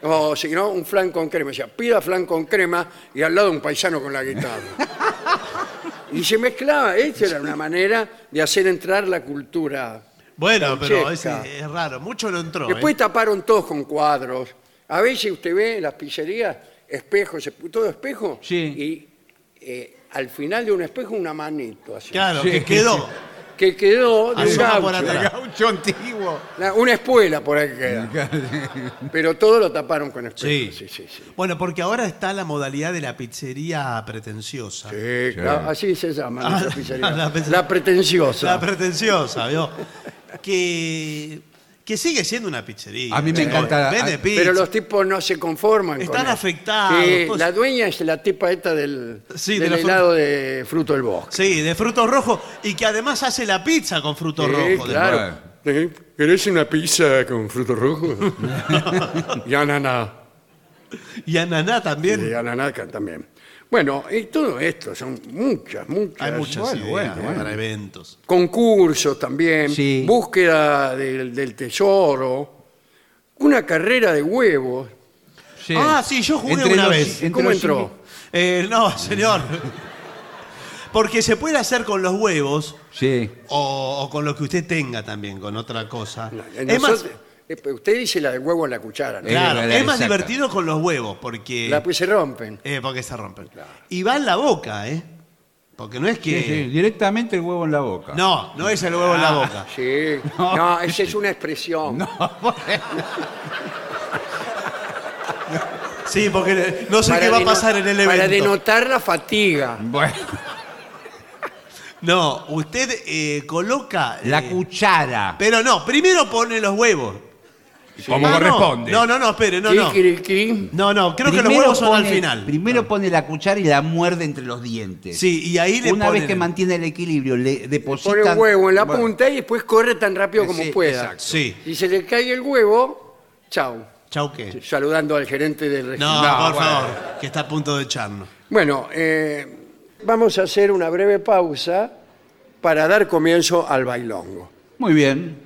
Speaker 1: O si no, un flan con crema. O sea, pida flan con crema y al lado un paisano con la guitarra. Y se mezclaba, esta era una manera de hacer entrar la cultura.
Speaker 2: Bueno, pero ese
Speaker 1: Francesca.
Speaker 2: es raro. Mucho no entró. ¿eh?
Speaker 1: Después taparon todos con cuadros. A veces usted ve en las pizzerías espejos, todo espejo,
Speaker 3: Sí.
Speaker 1: y eh, al final de un espejo una manito así.
Speaker 2: ¿eh? Claro,
Speaker 3: Sí.
Speaker 2: que quedó.
Speaker 1: Que quedó de un
Speaker 2: Asoma por
Speaker 1: gaucho.
Speaker 2: atrás.
Speaker 3: Gaucho antiguo.
Speaker 1: La- una espuela por ahí queda. Pero todo lo taparon con espejos.
Speaker 2: Sí.
Speaker 1: Sí, sí, sí. sí.
Speaker 2: Bueno, porque ahora está la modalidad de la pizzería pretenciosa.
Speaker 1: claro, así se llama
Speaker 2: Ah,
Speaker 1: nuestra pizzería.
Speaker 2: la
Speaker 1: La,
Speaker 2: pizzería.
Speaker 1: pretenciosa.
Speaker 2: La pretenciosa, ¿vio? que, que sigue siendo una pizzería.
Speaker 3: A mí me
Speaker 2: Chico,
Speaker 3: encanta-
Speaker 2: Vende
Speaker 3: a-
Speaker 2: pizza.
Speaker 1: Pero los tipos no se conforman. con
Speaker 2: Están
Speaker 1: eso.
Speaker 2: afectados,
Speaker 1: Sí,
Speaker 2: todos-
Speaker 1: la dueña es la tipa esta del,
Speaker 2: Sí, de
Speaker 1: del
Speaker 2: la fruta.
Speaker 1: helado de fruto del bosque.
Speaker 2: Sí, de frutos rojos. Y que además hace la pizza con frutos
Speaker 1: Sí,
Speaker 2: rojos.
Speaker 1: claro. Eh, ¿Querés una pizza con frutos rojos? y ananá.
Speaker 2: después. Y ananá también.
Speaker 1: Y ananá acá también. Bueno, y todo esto son muchas, muchas.
Speaker 2: Hay muchas
Speaker 1: Bueno,
Speaker 2: ideas
Speaker 1: bueno, bueno.
Speaker 2: para eventos.
Speaker 1: Concursos también,
Speaker 3: Sí.
Speaker 1: búsqueda del, del tesoro, una carrera de huevos.
Speaker 3: Sí.
Speaker 2: Ah, sí, yo jugué una
Speaker 3: los-
Speaker 2: vez.
Speaker 3: entre
Speaker 1: ¿Cómo
Speaker 3: los
Speaker 1: entró?
Speaker 2: Eh, no, señor. Porque se puede hacer con los huevos
Speaker 3: Sí.
Speaker 2: o, o con lo que usted tenga también, con otra cosa.
Speaker 1: Eh,
Speaker 2: es más,
Speaker 1: nosotros- eh, usted dice la del huevo en la cuchara, ¿no?
Speaker 3: Eh.
Speaker 2: claro,
Speaker 3: verdad,
Speaker 2: es más
Speaker 3: exacto.
Speaker 2: divertido con los huevos porque,
Speaker 1: La pues se rompen.
Speaker 2: eh, porque se rompen. Y va en la boca, ¿eh? Porque no es que...
Speaker 3: Sí, sí, directamente el huevo en la boca.
Speaker 2: No, no es el huevo en la boca.
Speaker 1: Sí. No, esa es una expresión.
Speaker 2: Sí, porque no sé
Speaker 1: Para
Speaker 2: qué va a
Speaker 1: deno-
Speaker 2: pasar en el evento.
Speaker 1: Para denotar la fatiga.
Speaker 3: Bueno,
Speaker 2: No, usted eh, coloca...
Speaker 3: la
Speaker 2: eh,
Speaker 3: cuchara.
Speaker 2: Pero no, primero pone los huevos.
Speaker 4: Como
Speaker 2: Ah, no.
Speaker 4: corresponde.
Speaker 2: No, no, no, espere, no, no.
Speaker 1: Kikiriki.
Speaker 2: No, no, creo que los
Speaker 3: Primero
Speaker 2: huevos son al
Speaker 3: pone-
Speaker 2: final.
Speaker 3: Primero pone la cuchara y la muerde entre los dientes.
Speaker 2: Sí, y ahí le
Speaker 3: Una vez
Speaker 2: ponen
Speaker 3: que
Speaker 2: el-
Speaker 3: mantiene el equilibrio, le deposita.
Speaker 1: pone un huevo en la
Speaker 3: Bueno,
Speaker 1: punta y después corre tan rápido como
Speaker 3: Sí,
Speaker 1: pueda.
Speaker 3: exacto.
Speaker 2: Sí.
Speaker 1: Y se le cae el huevo, chau.
Speaker 2: Chau, ¿qué?
Speaker 1: Saludando al gerente del
Speaker 2: No,
Speaker 1: restaurante.
Speaker 2: por
Speaker 3: bueno.
Speaker 2: favor, que está a punto de echarnos.
Speaker 1: Bueno, eh, vamos a hacer una breve pausa para dar comienzo al bailongo.
Speaker 3: Muy bien.